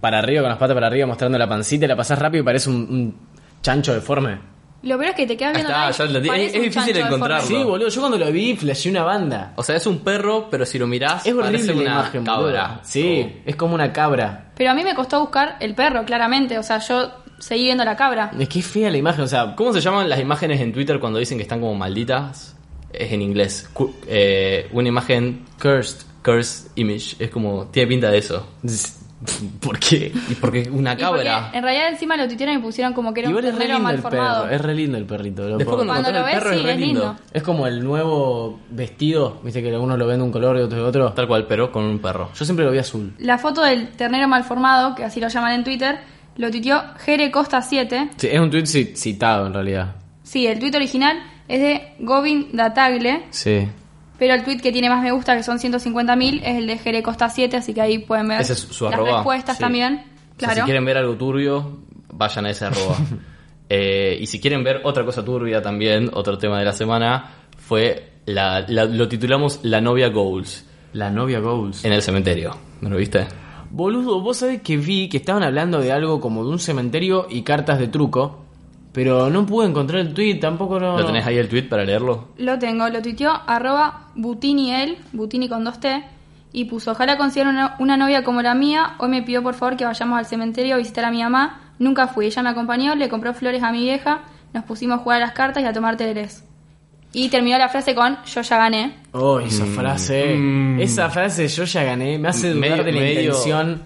B: para arriba, con las patas para arriba, mostrando la pancita, y la pasás rápido y parece un, un chancho deforme.
C: Lo peor es que te quedas
A: Ahí
C: viendo.
A: está,
C: ay,
A: ya lo entendí.
C: parece
A: Es-
C: un
A: es difícil
C: chancho
A: encontrarlo.
C: deforme.
B: Sí, boludo, yo cuando lo vi, flasheé una banda.
A: O sea, es un perro, pero si lo mirás
B: Es horrible
A: parece
B: la
A: una
B: imagen, boludo.
A: cabra.
B: Sí, es como una cabra.
C: Pero a mí me costó buscar el perro, claramente. O sea, yo seguí viendo la cabra.
B: Es que es fea la imagen, o sea,
A: ¿Cómo se llaman las imágenes en Twitter cuando dicen que están como malditas? Es en inglés. Cu- eh, una imagen
B: cursed.
A: cursed image. Es como, tiene pinta de eso.
B: (laughs) ¿Por qué?
A: Y porque una
C: Y porque
A: cabra...
C: en realidad encima lo tuitearon y pusieron como que era un
B: Igual es re
C: perrero
B: lindo
C: mal
B: el perro,
C: formado.
B: es re lindo el perrito. loco.
A: Después cuando,
C: Cuando
A: encontrás
C: lo
A: el
C: ves,
A: perro
C: sí,
A: re
C: es lindo.
B: Es como el nuevo vestido, viste que algunos lo ven de un color y otros de otro.
A: Tal cual, pero con un perro.
B: Yo siempre lo vi azul.
C: La foto del ternero mal formado, que así lo llaman en Twitter, lo tuiteó Jere Costa 7.
B: Sí, es un tweet citado en realidad.
C: Sí, el tuit original es de Govin Datagle,
B: Sí.
C: pero el tuit que tiene más me gusta, que son 150.000, es el de Jere Costa 7, así que ahí pueden ver
A: Ese es su
C: las
A: arroba,
C: respuestas
A: sí.
C: también.
A: O sea,
C: Claro.
A: si quieren ver algo turbio, vayan a ese
C: (laughs)
A: arroba. Eh, y si quieren ver otra cosa turbia también, otro tema de la semana, fue la, la- lo titulamos La novia Goals
B: La novia Goals.
A: en el cementerio. ¿No lo viste?
B: Boludo, vos sabés que vi que estaban hablando de algo como de un cementerio y cartas de truco, pero no pude encontrar el tweet, tampoco no.
C: Oh.
A: ¿Lo tenés ahí el tweet para leerlo?
C: Lo tengo, lo tuiteó arroba butiniel, butini con dos T, y puso, ojalá consigan una, una novia como la mía, hoy me pidió por favor que vayamos al cementerio a visitar a mi mamá, nunca fui, ella me acompañó, le compró flores a mi vieja, nos pusimos a jugar a las cartas y a tomar tererés. Y terminó la frase con, yo ya gané.
B: Oh, esa
A: Mm.
B: frase. Esa frase yo ya gané. Me hace dudar
A: Medio-
B: de la
A: medio-
B: intención.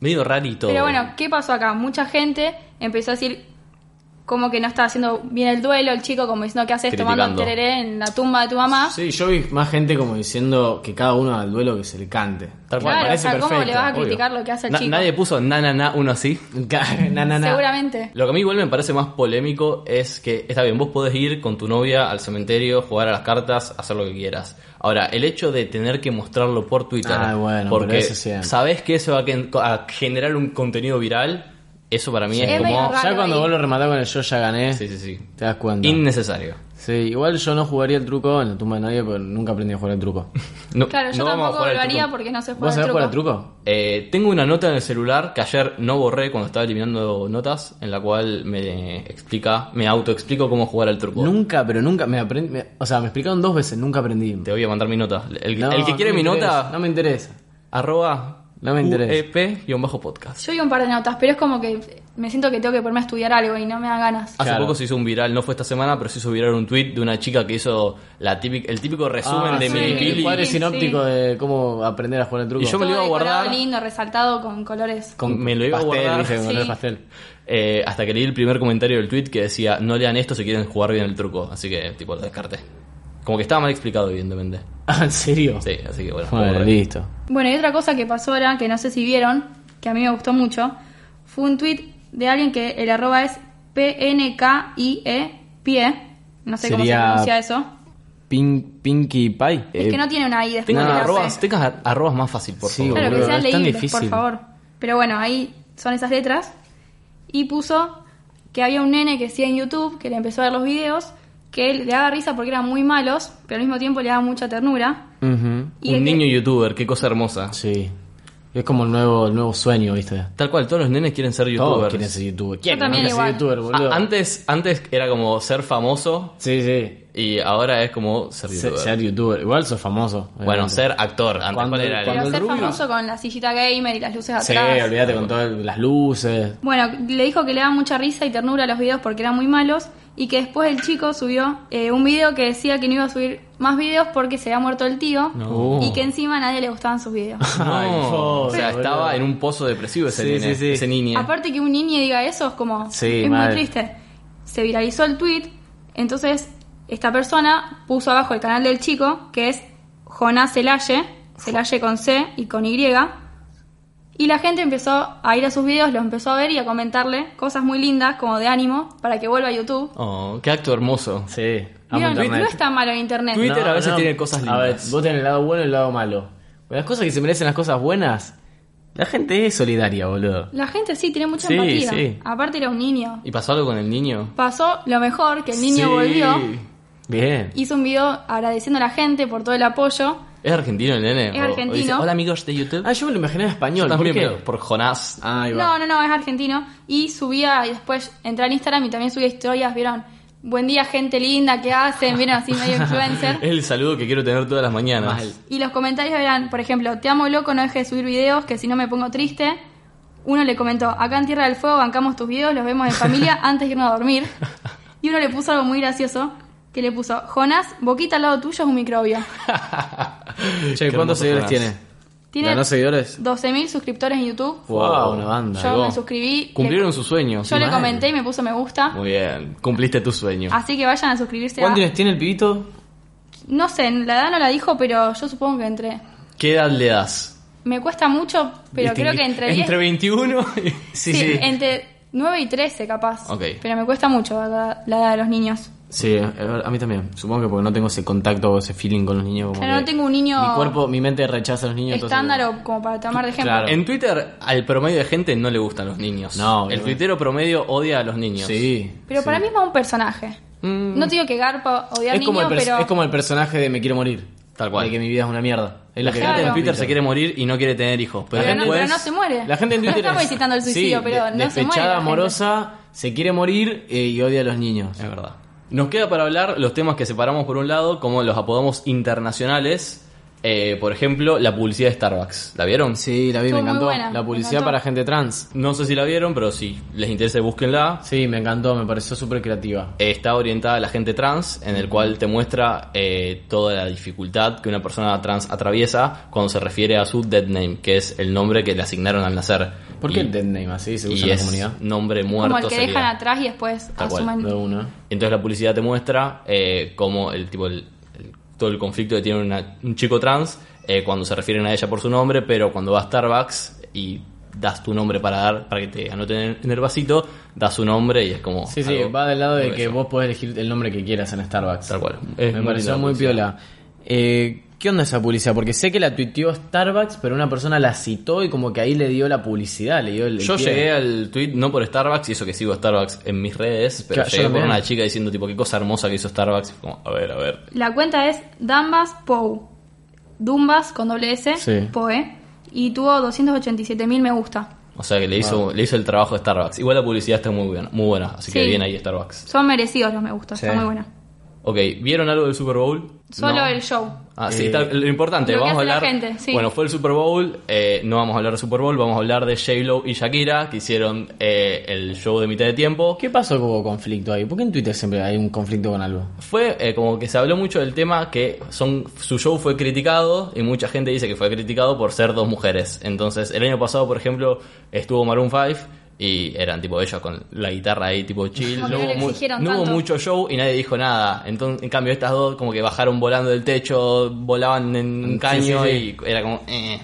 A: Medio rarito.
C: Pero bueno, ¿qué pasó acá? Mucha gente empezó a decir como que no estaba haciendo bien el duelo, el chico como diciendo, ¿qué haces tomando
A: Criticando.
C: tereré en la tumba de tu mamá?
B: Sí, yo vi más gente como diciendo que cada uno al duelo que se le cante.
A: Tal cual.
C: Claro,
A: Parece
C: o sea, ¿cómo le
B: perfecto,
C: vas a
B: obvio.
C: criticar lo que hace el
A: Na-
C: chico?
A: nadie puso na na na uno así.
B: (laughs) Na, na, na.
C: Seguramente.
A: Lo que a mí igual me parece más polémico es que, está bien, vos podés ir con tu novia al cementerio, jugar a las cartas, hacer lo que quieras. Ahora, el hecho de tener que mostrarlo por Twitter,
B: Ah, bueno,
A: porque
B: pero eso sí.
A: sabés que eso va a gen- a generar un contenido viral, eso para mí es,
C: Es medio
A: como...
C: raro.
B: Ya cuando
C: ahí.
B: vos lo rematás con el yo ya gané,
A: Sí, sí, sí.
B: te das cuenta.
A: Innecesario.
B: Sí, igual yo no jugaría el truco en la tumba de nadie porque nunca aprendí a jugar el truco.
A: No-
C: Claro, yo
A: no vamos a
C: tampoco
A: jugar al
C: lo haría
A: truco.
C: porque no se juega
B: ¿Vos
C: el
B: sabés
C: truco.
B: jugar el truco?
A: Eh, tengo una nota en el celular que ayer no borré cuando estaba eliminando notas, en la cual me explica, me autoexplico cómo jugar al truco.
B: Nunca, pero nunca. Me aprendí, o sea, me explicaron dos veces, nunca aprendí.
A: Te voy a mandar mi nota. El,
B: No,
A: el que
B: no
A: quiere
B: me
A: mi
B: interesa,
A: nota,
B: No me interesa.
A: arroba E
B: No me interesa.
A: UEP-podcast.
C: Yo vi un par de notas, pero es como que me siento que tengo que ponerme a estudiar algo y no me dan ganas.
A: Hace
B: Claro.
A: poco se hizo un viral, no fue esta semana, pero se hizo viral un tweet de una chica que hizo la típica- el típico resumen
B: Ah,
A: de
B: sí,
A: mi
B: El
C: Minipili.
B: cuadro
C: Sí,
B: sinóptico
C: sí.
B: de cómo aprender a jugar el truco.
A: Y yo me lo iba a
C: Todo decorado,
A: guardar.
C: lindo, resaltado con colores.
A: me lo iba a
B: pastel,
A: guardar.
B: dije, con el
C: Sí.
B: pastel.
A: (laughs)
B: (laughs)
A: Eh, hasta que leí el primer comentario del tweet que decía, no lean esto si quieren jugar bien el truco. Así que, tipo, lo descarté. Como que estaba mal explicado, evidentemente.
B: Ah, ¿en serio?
A: Sí, así que bueno.
B: Bueno,
A: borré.
B: listo.
C: Bueno, y otra cosa que pasó ahora, que no sé si vieron, que a mí me gustó mucho, fue un tweet de alguien que el arroba es PNKIE, pie. E, No sé cómo se
B: Sería-
C: pronuncia eso.
B: Pin- Pinky Pie.
A: E.
C: es que
A: Eh,
C: no tiene una I después
A: Tengan
C: de la
A: arrobas,
C: C.
A: tengan ar- arrobas más fácil, por
B: Sí,
A: favor.
C: Claro, que
B: boludo,
C: sean
B: es tan
C: leíbles, por
B: difícil.
C: favor. Pero bueno, ahí son esas letras. Y puso que había un nene que sí en YouTube, que le empezó a ver los videos, que él le daba risa porque eran muy malos, pero al mismo tiempo le daba mucha ternura.
B: Ujú.
C: Y el
A: Un
C: que-
A: niño youtuber, qué cosa hermosa.
B: Sí. Es como el nuevo, el nuevo sueño, ¿viste?
A: Tal cual, todos los nenes quieren ser
B: Todos
A: youtubers.
B: quieren ser youtuber. ¿Quién
C: también
B: quiere ser
C: igual.
B: youtuber, boludo?
A: Ah, antes, antes era como ser famoso
B: Sí, sí.
A: y ahora es como ser
B: Ser,
A: youtuber.
B: ser youtuber. Igual sos famoso.
A: Bueno,
B: obviamente.
A: ser actor. Antes,
B: Cuando-
A: ¿cuál era el-
C: pero
B: cuando-
C: ser
B: el rubio-
C: famoso con la sillita gamer y las luces
B: Sí,
C: atrás.
B: olvídate con todas las luces.
C: Bueno, le dijo que le daba mucha risa y ternura a los videos porque eran muy malos y que después el chico subió eh, un video que decía que no iba a subir más videos porque se había muerto el tío
A: No.
C: y que encima a nadie le gustaban sus videos.
A: (laughs) No,
B: (laughs) Ay, pobre,
A: o sea,
B: boludo.
A: estaba en un pozo depresivo ese
B: Sí,
A: nene,
B: sí, sí.
A: ese niño.
C: Aparte que un niño diga eso es como
B: Sí,
C: es
B: mal.
C: muy triste. Se viralizó el tweet, entonces esta persona puso abajo el canal del chico que es Jonás Celaye, Celaye con C y con Y. Y la gente empezó a ir a sus videos, los empezó a ver y a comentarle cosas muy lindas, como de ánimo, para que vuelva a YouTube.
A: Oh, qué acto hermoso.
B: Sí, amo
C: Vieron,
B: internet.
C: no está malo en internet.
A: Twitter- a veces tiene cosas
B: A ver,
A: lindas.
B: vos tenés el lado bueno y el lado malo. Pero las cosas que se merecen las cosas buenas, la gente es solidaria, boludo.
C: La gente sí tiene mucha
B: Sí,
C: empatía.
B: sí.
C: Aparte era un niño.
A: ¿Y pasó algo con el niño?
C: Pasó lo mejor, que el niño
B: Sí.
C: volvió,
B: Bien.
C: hizo un video agradeciendo a la gente por todo el apoyo.
A: ¿Es argentino el nene?
C: Es
A: O- o
C: argentino.
A: dice, Hola amigos de YouTube.
B: Ah, yo me lo imaginé en
A: Yo
B: español.
A: también,
B: ¿Por qué?
A: pero por
C: (laughs)
A: Jonás.
B: Ah, ahí va.
C: No, no, no, es argentino. Y subía, y después entré al Instagram y también subía historias, vieron, buen día gente linda, ¿qué hacen? Vieron así medio influencer.
A: Es el saludo que quiero tener todas las mañanas. (laughs)
B: Mal.
C: Y los comentarios eran, por ejemplo, te amo loco, no dejes de subir videos, que si no me pongo triste. Uno le comentó, acá en Tierra del Fuego bancamos tus videos, los vemos en familia antes de irnos a dormir. Y uno le puso algo muy gracioso, que le puso, Jonás, boquita al lado tuyo es un microbio.
B: Che,
A: Qué
B: ¿cuántos
A: hermoso
B: seguidores
A: Jonás.
B: tiene?
C: Tiene
B: ¿Ganó seguidores?
C: 12.000 suscriptores en YouTube.
B: Wow, una banda.
C: Yo
A: llegó.
C: me suscribí.
A: Cumplieron
C: le-
A: sus sueños.
C: Yo le
B: mal.
C: comenté y me puso me gusta.
A: Muy bien, cumpliste tu sueño.
C: Así que vayan a suscribirse a...
B: ¿Cuántos años tiene el pibito?
C: No sé, la edad no la dijo, pero yo supongo que entre...
A: ¿Qué edad le das?
C: Me cuesta mucho, pero creo que entre
A: (laughs)
C: 10...
A: 21 y...
C: Sí, entre 9 y 13 capaz.
A: Ok.
C: Pero me cuesta mucho la, la edad de los niños.
B: Sí, a a mí también. Supongo que porque no tengo ese contacto o ese feeling con los niños. como
C: Claro, no
B: que
C: tengo un niño-
B: Mi cuerpo, mi mente rechaza a los niños. entonces-
C: Oh. Estándar o como para tomar de ejemplo.
B: Claro.
A: En Twitter, al promedio de gente no le gustan los niños.
B: No,
A: El
B: obviamente.
A: tuitero promedio odia a los niños.
B: Sí. Mm.
C: Pero para mí es más un personaje. No te digo que garpa odiar
B: Es como, el
C: niños,
B: pers-
C: pero...
B: es como el personaje de Me quiero morir.
A: Tal cual.
B: De que mi vida es una mierda. Es lo
A: La
B: que
A: gente en
C: Claro.
A: Twitter se quiere morir y no quiere tener hijos. Pero,
C: Pero no-
A: después...
C: pero no se muere.
B: La gente en
C: No
B: Twitter.
C: estamos
B: es-
C: incitando al suicidio,
B: sí,
C: pero
B: de-
C: no se muere.
B: despechada,
C: la gente.
B: amorosa, se quiere morir eh, y odia a los niños.
A: Es verdad. Nos queda para hablar los temas que separamos por un lado, como los apodamos internacionales. Eh, por ejemplo, la publicidad de Starbucks. ¿La vieron?
B: Sí, la vi, me
C: Estuvo muy
B: encantó.
C: buena,
B: la
C: me
B: publicidad
C: encantó.
B: para gente trans.
A: No sé si la vieron, pero si les interesa, búsquenla.
B: Sí, me encantó, me pareció súper creativa.
A: Eh, Está orientada a la gente trans, en el cual te muestra eh, toda la dificultad que una persona trans atraviesa cuando se refiere a su dead name, que es el nombre que le asignaron al nacer.
B: ¿Por
A: Y-
B: qué el dead name así se usa
A: y
B: en la
A: es
B: comunidad?
A: nombre muerto.
C: Como el que
A: sería.
C: dejan atrás y después
A: Tal cual.
C: asumen...
B: De uno.
A: Entonces la publicidad te muestra eh, cómo el tipo el- el- todo el conflicto que tiene una- un chico trans eh, cuando se refieren a ella por su nombre, pero cuando va a Starbucks y das tu nombre para dar para que te anoten en- en el vasito, das su nombre y es como
B: Sí, sí,
A: algo
B: va del lado de
A: muy
B: que
A: bello.
B: vos podés elegir el nombre que quieras en Starbucks.
A: Tal cual. Es
B: Me
A: muy linda
B: pareció
A: la
B: muy
A: publicidad.
B: piola. Eh, ¿Qué onda esa publicidad? Porque sé que la tuiteó Starbucks, pero una persona la citó y como que ahí le dio la publicidad, le dio el... el
A: Yo
B: pie.
A: llegué al tweet no por Starbucks, y eso que sigo a Starbucks en mis redes, pero
B: Claro, yo
A: llegué por
B: también.
A: una chica diciendo tipo qué cosa hermosa que hizo Starbucks, y fue como a ver, a ver.
C: La cuenta es Dambas Pou. Dumbas con doble S,
B: Sí.
C: Poe. Y tuvo 287.000 me gusta.
A: O sea que le hizo le hizo el trabajo de Starbucks. Igual la publicidad está muy buena, muy buena, así que
C: Sí.
A: bien ahí Starbucks.
C: Son merecidos los me gusta,
B: Sí.
C: está muy buena.
A: Ok, ¿vieron algo del Super Bowl?
C: Solo
A: No.
C: el show.
A: Ah,
B: Eh,
A: sí, tal- lo importante,
C: lo que
A: vamos a
C: hace la
A: hablar.
C: gente, sí.
A: Bueno, fue el Super Bowl, eh, no vamos a hablar de Super Bowl, vamos a hablar de J-Lo y Shakira, que hicieron eh, el show de mitad de tiempo.
B: ¿Qué pasó que hubo conflicto ahí? ¿Por qué en Twitter siempre hay un conflicto con algo?
A: Fue eh, como que se habló mucho del tema que son, su show fue criticado y mucha gente dice que fue criticado por ser dos mujeres. Entonces, el año pasado, por ejemplo, estuvo Maroon 5 y eran tipo ellos con la guitarra ahí tipo chill.
C: Como que
A: No
C: no
A: hubo,
C: le
A: mu-
C: exigieron
A: no hubo
C: tanto.
A: mucho show y nadie dijo nada. Entonces, en cambio, estas dos como que bajaron volando del techo, volaban en un
B: Sí,
A: caño
B: sí,
A: y era como... eh,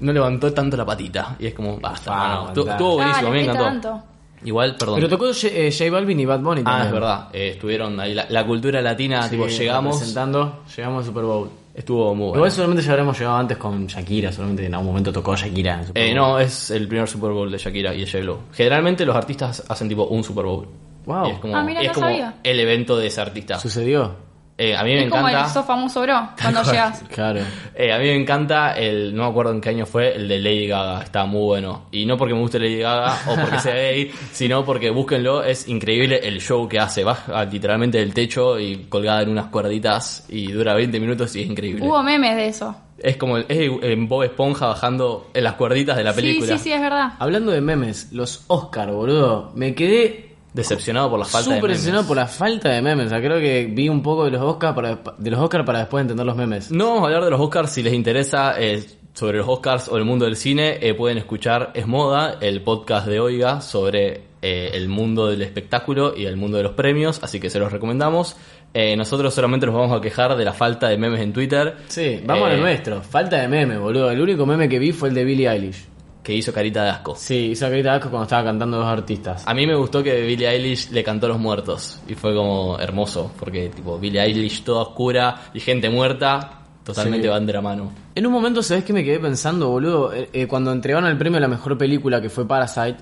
A: No levantó tanto la patita. Y es como, basta,
B: Ah,
A: mano. Estuvo-
B: aguantá.
A: Estuvo Oh, buenísimo, me
C: Dale, ¿qué
A: encantó.
C: tanto?
A: Igual, perdón.
B: Pero tocó J, eh, J Balvin y Bad Bunny
A: Ah,
B: también.
A: es verdad. Eh, estuvieron ahí la, la cultura latina,
B: Sí,
A: tipo, llegamos.
B: representando, llegamos al Super Bowl.
A: Estuvo muy bueno.
B: Igual seguramente ya habremos llegado antes con Shakira, solamente en algún momento tocó Shakira. en el Super
A: Eh,
B: Bowl.
A: no, es el primer Super Bowl de Shakira y de J-Lo. Generalmente los artistas hacen tipo un Super Bowl.
B: Wow.
A: Y es como,
C: Ah, mira,
A: es
C: no
A: como
C: sabía.
A: el evento de ese artista.
B: ¿Sucedió?
A: Eh, a mí me
C: es como el
A: encanta.
C: So famoso
A: (laughs)
C: bro cuando llegas.
B: Claro.
A: eh, a mí me encanta el. No me acuerdo en qué año fue, el de Lady Gaga. Está muy bueno. Y no porque me guste Lady Gaga o porque sea
B: (laughs)
A: gay, sino porque búsquenlo. Es increíble el show que hace. Baja literalmente del techo y colgada en unas cuerditas y dura 20 minutos y es increíble.
C: Hubo memes de eso.
A: Es como el- es en Bob Esponja bajando en las cuerditas de la película.
C: Sí, sí, sí, es verdad.
B: Hablando de memes, los Oscar, boludo. Me quedé
A: Decepcionado por la falta de
B: súper
A: memes.
B: decepcionado por la falta de memes. O sea, creo que vi un poco de los Oscar para, de los Oscar para después entender los memes.
A: No vamos a hablar de los Oscars, si les interesa eh, sobre los Oscars o el mundo del cine, eh, pueden escuchar Es Moda, el podcast de Oiga sobre eh, el mundo del espectáculo y el mundo de los premios, así que se los recomendamos. Eh, nosotros solamente nos vamos a quejar de la falta de memes en Twitter.
B: Sí, vamos a
A: Eh,
B: lo nuestro. Falta de memes, boludo. El único meme que vi fue el de Billie Eilish.
A: que hizo carita de asco.
B: Sí, hizo carita de asco cuando estaba cantando dos artistas.
A: A mí me gustó que Billie Eilish le cantó a los muertos y fue como hermoso, porque tipo Billie Eilish toda oscura y gente muerta, totalmente
B: Sí.
A: van de la mano.
B: En un momento, ¿sabes qué me quedé pensando, boludo? Eh, eh, cuando entregaron el premio a la mejor película, que fue Parasite,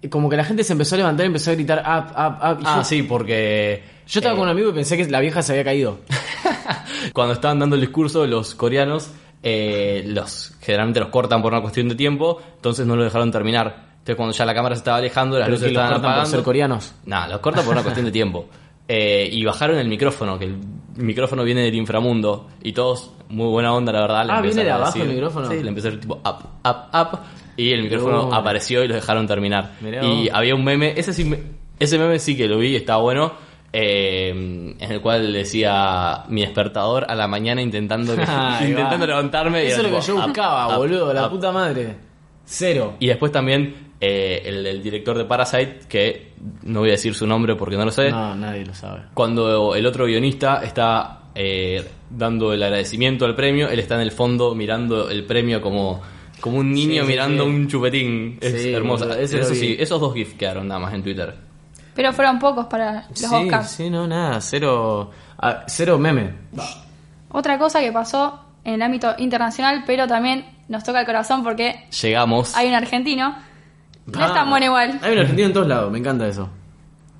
B: eh, como que la gente se empezó a levantar y empezó a gritar up, up, up. y
A: Ah,
B: yo,
A: sí, porque
B: yo estaba
A: eh,
B: con un amigo y pensé que la vieja se había caído.
A: cuando estaban dando el discurso los coreanos, eh, los generalmente los cortan por una cuestión de tiempo, entonces no lo dejaron terminar. Entonces cuando ya la cámara se estaba alejando, las
B: Pero
A: luces
B: que los
A: estaban
B: cortan por
A: apagando.
B: ser coreanos.
A: Nah, los corta por una cuestión de tiempo. Eh, y bajaron el micrófono, que el micrófono viene del inframundo. Y todos, muy buena onda, la verdad. le
B: Ah, ¿viene de
A: empezaron a
B: abajo el
A: decir-
B: micrófono?
A: Sí, le empezaron tipo up, up, up. Y el micrófono
B: Oh.
A: apareció y los dejaron terminar.
B: Mirá
A: y
B: vos.
A: había un meme, ese, sí me- ese meme sí que lo vi, estaba bueno. eh, en el cual decía mi despertador a la mañana
B: (laughs)
A: intentando que-
B: Ahí
A: intentando
B: va.
A: levantarme. y
B: Eso
A: era
B: es lo que
A: tipo,
B: yo
A: up,
B: buscaba,
A: up,
B: boludo, la
A: up.
B: puta madre. Cero.
A: Y después también eh, el, el director de Parasite, que no voy a decir su nombre porque no lo sé,
B: No, nadie lo sabe.
A: cuando el otro guionista está eh, dando el agradecimiento al premio, él está en el fondo mirando el premio como, como un niño
B: Sí, sí,
A: mirando
B: sí.
A: un chupetín. Es
B: Sí,
A: hermoso.
B: boludo, ese lo
A: Eso
B: vi.
A: sí, esos dos GIFs quedaron nada más en Twitter.
C: Pero fueron pocos para los
B: Sí,
C: Oscars.
B: sí, no, nada, cero, ah, cero meme.
C: Otra cosa que pasó en el ámbito internacional, pero también nos toca el corazón porque
A: Llegamos.
C: hay un argentino. No es
B: Ah,
C: tan bueno igual.
B: Hay un argentino en todos lados, me encanta eso.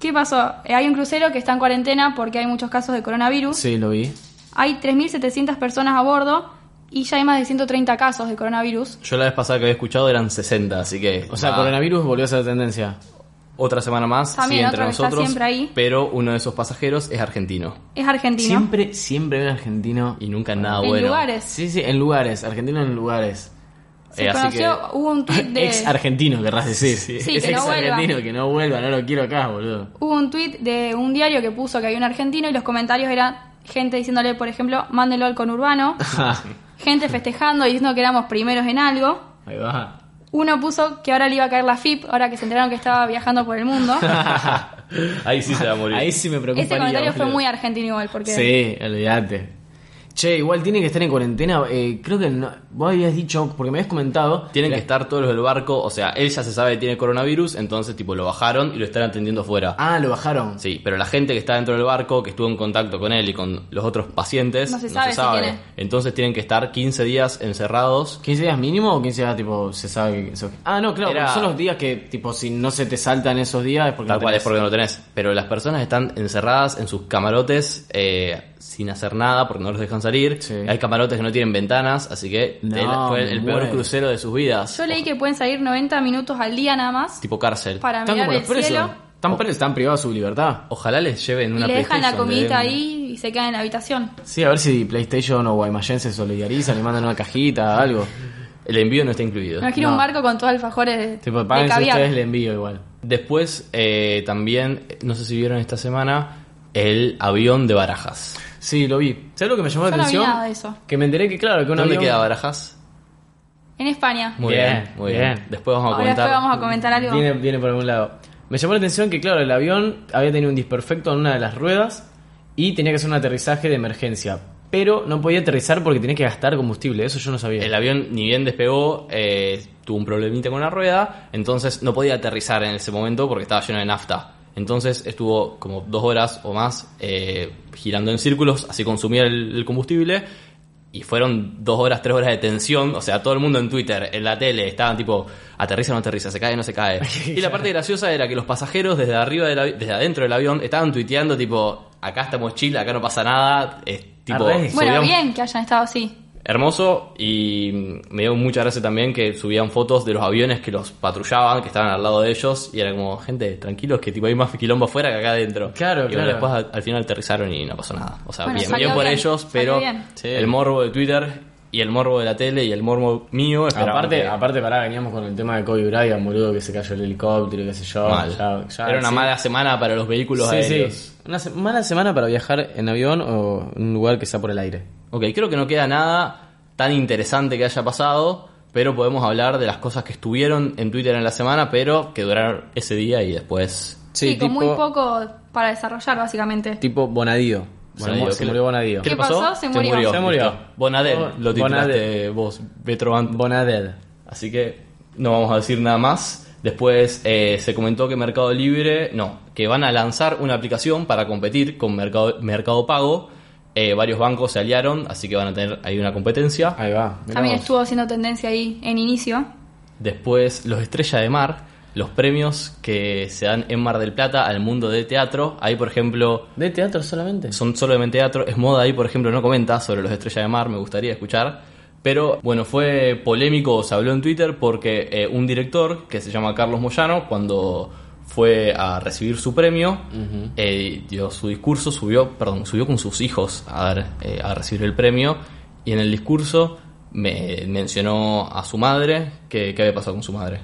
C: ¿Qué pasó? Eh, Hay un crucero que está en cuarentena porque hay muchos casos de coronavirus.
B: Sí, lo vi.
C: Hay 3.700 personas a bordo y ya hay más de 130 casos de coronavirus.
A: Yo la vez pasada que había escuchado eran 60, así que.
B: O sea,
A: va,
B: coronavirus volvió a ser tendencia.
A: Otra semana más,
C: También
A: sigue entre
C: otro que está
A: nosotros.
C: siempre ahí.
A: Pero uno de esos pasajeros es argentino.
C: Es argentino.
B: Siempre, Ah, siempre hay un argentino.
A: Y nunca nada
C: en
A: bueno.
C: lugares.
B: Sí, sí, en lugares, argentino en lugares.
C: Se
A: Eh, así
C: conoció, hubo un
B: (laughs)
C: tweet de...
B: Ex argentino, querrás decir.
C: Sí,
B: es
C: que no
B: ex argentino,
C: vuelva.
B: que no vuelva, no lo quiero acá,
C: (laughs)
B: boludo.
C: Hubo un tweet de un diario que puso que había un argentino y los comentarios eran gente diciéndole, por ejemplo, mándenlo
B: (laughs)
C: al conurbano, gente festejando y diciendo que éramos primeros en algo.
B: Ahí va.
C: Uno puso que ahora le iba a caer la FIP, ahora que se enteraron que estaba viajando por
B: (laughs)
C: el mundo.
A: (laughs) Ahí sí se va a morir.
B: Ahí sí me preocuparía.
C: Ese comentario fue
B: boludo.
C: muy argentino igual, porque
B: Sí, olvídate. Che, igual tiene que estar en cuarentena. eh, creo que no- vos habías dicho, porque me habías comentado.
A: Tienen
B: la-
A: que estar todos los del barco, o sea, él ya se sabe que tiene coronavirus, entonces tipo lo bajaron y lo están atendiendo afuera.
B: Ah, lo bajaron.
A: Sí, pero la gente que está dentro del barco, que estuvo en contacto con él y con los otros pacientes,
C: No se sabe si tiene.
A: Entonces tienen que estar 15 días encerrados.
B: 15 días mínimo o 15 días tipo se sabe que eso- Ah, no, claro,
A: Era-
B: porque son los días que tipo si no se te saltan esos días es porque
A: Tal
B: no
A: cual es
B: tenés-
A: porque no lo tenés. Pero las personas están encerradas en sus camarotes eh, sin hacer nada porque no los dejan salir.
B: Sí.
A: Hay camarotes que no tienen ventanas, así que
B: No,
A: él fue el
B: me
A: peor
B: muero.
A: crucero de sus vidas.
C: yo leí que pueden salir 90 minutos al día nada más
A: Tipo cárcel.
C: para
B: Están
C: mirar
B: como
C: el
B: los presos.
C: cielo
B: Están presos, están privados de su libertad.
A: Ojalá les lleven
C: y
A: una
C: le dejan la
A: PlayStation, le den-
C: comidita ahí y se quedan en la habitación.
B: Sí, a ver si PlayStation o Guaymallén se solidarizan y mandan una cajita, algo.
A: El envío no está incluido.
C: Me imagino
B: No.
C: un barco con todos alfajores de,
B: Tipo,
C: de
B: páguense
C: caviar.
B: ustedes el envío igual.
A: Después, eh, también, no sé si vieron esta semana, el avión de Barajas.
B: Sí, lo vi. ¿Sabes lo que me llamó
C: Yo
B: la
C: no vi
B: atención?
C: nada de eso.
B: Que me enteré que claro, que un
A: ¿Dónde
B: avión-
A: queda Barajas?
C: En España.
A: Muy bien,
B: Bien,
A: muy bien.
B: bien.
A: Después vamos a
C: Ahora
A: comentar.
C: después vamos a comentar algo.
B: Viene, viene por algún lado. Me llamó la atención que, claro, el avión había tenido un disperfecto en una de las ruedas y tenía que hacer un aterrizaje de emergencia. Pero no podía aterrizar porque tenía que gastar combustible. Eso yo no sabía.
A: El avión ni bien despegó, eh, tuvo un problemita con una rueda, entonces no podía aterrizar en ese momento porque estaba lleno de nafta. Entonces estuvo como dos horas o más eh, girando en círculos, así consumía el, el combustible. Y fueron dos horas, tres horas de tensión. O sea, todo el mundo en Twitter, en la tele, estaban tipo, aterriza o no aterriza, se cae o no se
B: (laughs)
A: cae. Y la parte graciosa era que los pasajeros desde arriba, del avi- desde adentro del avión, estaban tuiteando tipo, acá estamos chill, acá no pasa nada. Es, tipo,
B: Arre.
C: Bueno,
A: subían-
C: bien que hayan estado así.
A: Hermoso y mm, me dio mucha gracia también que subían fotos de los aviones que los patrullaban, que estaban al lado de ellos y era como, gente, tranquilos que tipo hay más quilombo afuera que acá adentro.
B: Claro,
A: y bueno,
B: claro.
A: después al, al final aterrizaron y no pasó nada. O sea,
C: Bueno,
A: bien,
C: salió
A: bien por
C: bien,
A: ellos,
C: salió
A: pero
C: bien.
B: Sí.
A: el morbo de Twitter y el morbo de la tele y el morbo mío. esperaban
B: aparte,
A: que-
B: Ah, aparte, pará, veníamos con el tema de Kobe Bryant, boludo, que se cayó el helicóptero, qué sé yo.
A: mal.
B: Ya- ya-
A: era una
B: sí.
A: mala semana para los vehículos
B: Sí, sí.
A: aéreos.
B: Una se- mala semana para viajar en avión o en un lugar que está por el aire.
A: Ok, creo que no queda nada tan interesante que haya pasado, pero podemos hablar de las cosas que estuvieron en Twitter en la semana, pero que duraron ese día y después.
C: Sí, con muy poco para desarrollar, básicamente.
B: Tipo Bonadío. Se
A: Bonadío,
B: mu-
A: ¿qué
B: se
A: le-
B: murió Bonadío.
C: ¿Qué pasó? Se murió. Oh,
B: Se murió.
A: listo. Bonadel,
B: Bo-
A: lo titulaste
B: Bonadel.
A: vos, Betro Ant.
B: Bonadel.
A: Así que no vamos a decir nada más. Después eh, se comentó que Mercado Libre, no, que van a lanzar una aplicación para competir con Mercado, Mercado Pago. Eh, varios bancos se aliaron, así que van a tener ahí una competencia.
B: Ahí va. mirá
C: También
B: vos.
C: estuvo haciendo tendencia ahí en inicio.
A: Después, los Estrella de Mar, los premios que se dan en Mar del Plata al mundo del teatro. Ahí, por ejemplo,
B: ¿De teatro solamente?
A: son solamente teatro, es moda ahí, por ejemplo, no comenta sobre los Estrella de Mar, me gustaría escuchar. Pero bueno, fue polémico, se habló en Twitter porque eh, un director que se llama Carlos Moyano, cuando fue a recibir su premio, eh, dio su discurso, subió, perdón, subió con sus hijos a, dar, eh, a recibir el premio y en el discurso me mencionó a su madre, que, qué había pasado con su madre.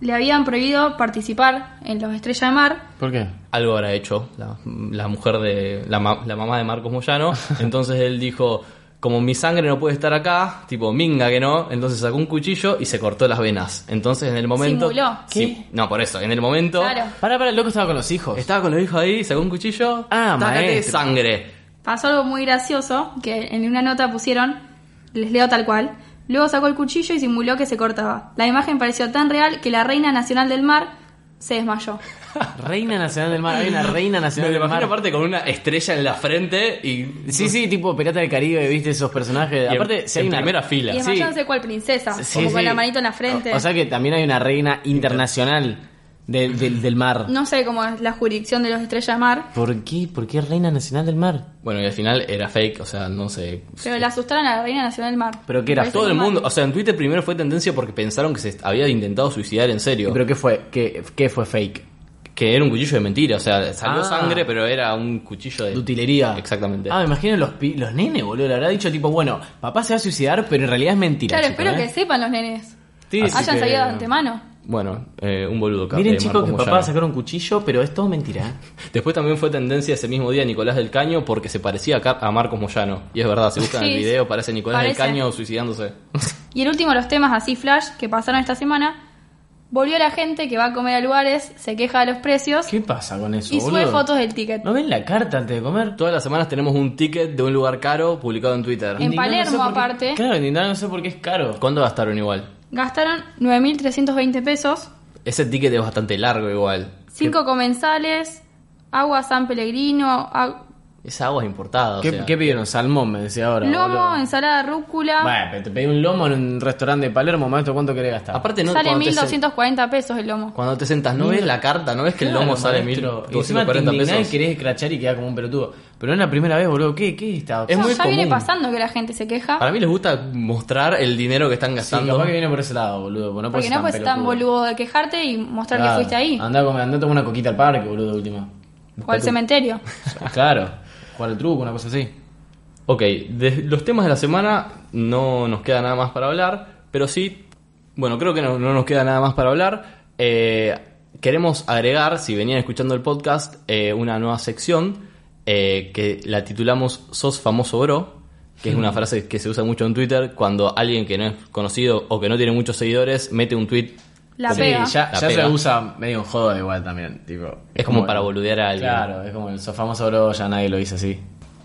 C: Le habían prohibido participar en los Estrella de Mar
B: ¿Por qué?
A: algo habrá hecho la, la mujer de la, ma- la mamá de Marcos
B: (laughs)
A: Moyano. Entonces él dijo, como mi sangre no puede estar acá, tipo minga que no, entonces sacó un cuchillo y se cortó las venas. Entonces en el momento...
C: Simuló.
A: Sí, no, por eso, en el momento...
C: Claro.
B: Pará, pará, el loco estaba con los hijos.
A: Estaba con los hijos ahí, sacó un cuchillo,
B: Ah,
A: tácate,
B: maestro.
A: sangre.
C: Pasó algo muy gracioso que en una nota pusieron, les leo tal cual. Luego sacó el cuchillo y simuló que se cortaba. La imagen pareció tan real que la reina nacional del mar se desmayó.
B: Reina Nacional del Mar. Hay una (laughs) Reina
A: Me
B: Nacional
A: lo
B: del
A: imagino
B: Mar.
A: aparte con una estrella en la frente y...
B: Sí, sí, tipo Pirata del Caribe, viste esos personajes.
A: y en-
B: Aparte, si hay
A: en
B: una.
A: primera
C: Y
A: fila.
C: desmayó no sé cuál princesa,
B: Sí,
C: como con
B: sí.
C: la manito en la frente.
B: O, o sea que también hay una reina internacional del- del- del mar.
C: no sé cómo es la jurisdicción de los estrellas mar,
B: ¿Por qué? ¿Por qué reina nacional del mar?
A: Bueno, y al final era fake, o sea, no sé...
C: pero la asustaron a la reina nacional del mar.
B: ¿Pero qué era?
C: Parece
A: Todo el
C: normal.
A: mundo, o sea, en Twitter primero fue tendencia porque pensaron que se había intentado suicidar en serio.
B: ¿Pero qué fue? ¿Qué, qué fue fake?
A: Que era un cuchillo de mentira, o sea, salió
B: Ah.
A: sangre, pero era un cuchillo de...
B: De utilería.
A: Exactamente.
B: Ah, me imagino los, pi- los nenes, boludo. Le habrá dicho tipo, bueno, papá se va a suicidar, pero en realidad es mentira.
C: Claro,
B: chicos,
C: espero
B: ¿eh?
C: que sepan los nenes.
B: Sí, sí
C: Hayan
B: que-
C: sabido de antemano.
A: Bueno, eh, un boludo. Cap-
B: Miren
A: eh,
B: chicos
A: Marcos
B: que papá
A: Moyano.
B: sacaron un cuchillo, pero es todo mentira. ¿eh?
A: Después también fue tendencia ese mismo día Nicolás del Caño porque se parecía a, Cap- a Marcos Moyano. Y es verdad, si buscan el
C: Sí,
A: video parece Nicolás
C: parece.
A: del Caño suicidándose.
C: Y el último de los temas así flash que pasaron esta semana, volvió la gente que va a comer a lugares, se queja de los precios
B: ¿Qué pasa con eso,
C: y
B: boludo?
C: sube fotos del ticket.
B: ¿No ven la carta antes de comer?
A: Todas las semanas tenemos un ticket de un lugar caro publicado en Twitter.
C: En
B: Indignado no sé
C: Palermo,
B: por qué-
C: aparte.
B: Claro, indignado no sé por qué es caro.
A: ¿Cuándo gastaron igual?
C: Gastaron 9.320 pesos,
A: Ese ticket es bastante largo igual.
C: 5 comensales, agua San Pellegrino, agu-
A: Esa agua es importada. o
B: ¿Qué,
A: sea.
B: qué pidieron? Salmón, me decía ahora.
C: lomo,
B: boludo.
C: ensalada rúcula.
B: Bueno, pero te pedí un lomo en un restaurante de Palermo, maestro, ¿cuánto querés gastar?
A: Aparte, no,
C: Sale
A: cuando, te sen-
C: 1.240 pesos el lomo.
A: cuando te sentas, no ves la carta, no ves que el
B: Claro,
A: lomo sale
B: maestro.
A: 1.240
B: Y encima te indignás
A: pesos.
B: y querés escrachar y quedás como un pelotudo. Pero es la primera vez, boludo. ¿Qué, qué está?
A: Es
C: No,
A: muy
C: ya viene
A: común.
C: pasando que la gente se queja.
A: Para mí les gusta mostrar el dinero que están
B: Sí,
A: gastando.
B: capaz que viene por ese lado, boludo. No
C: porque no puedes ser tan boludo de quejarte y mostrar
A: Ah,
C: que fuiste ahí.
B: Andá a, comer, andá a tomar una coquita al parque, boludo, de última.
C: O al cementerio.
B: claro. Jugar al truco, una cosa así.
A: Ok, de los temas de la semana no nos queda nada más para hablar, pero sí, bueno, creo que no, no nos queda nada más para hablar. Eh, queremos agregar, si venían escuchando el podcast, eh, una nueva sección eh, que la titulamos Sos famoso bro, que es una
B: Hmm.
A: frase que se usa mucho en Twitter cuando alguien que no es conocido o que no tiene muchos seguidores mete un tweet.
C: La
B: sí,
C: pega.
B: ya,
A: La
B: ya se
A: pega.
B: usa medio en joda igual también. Tipo,
A: Es como para boludear a alguien.
B: Claro, es como el so famoso bro, ya nadie lo dice así.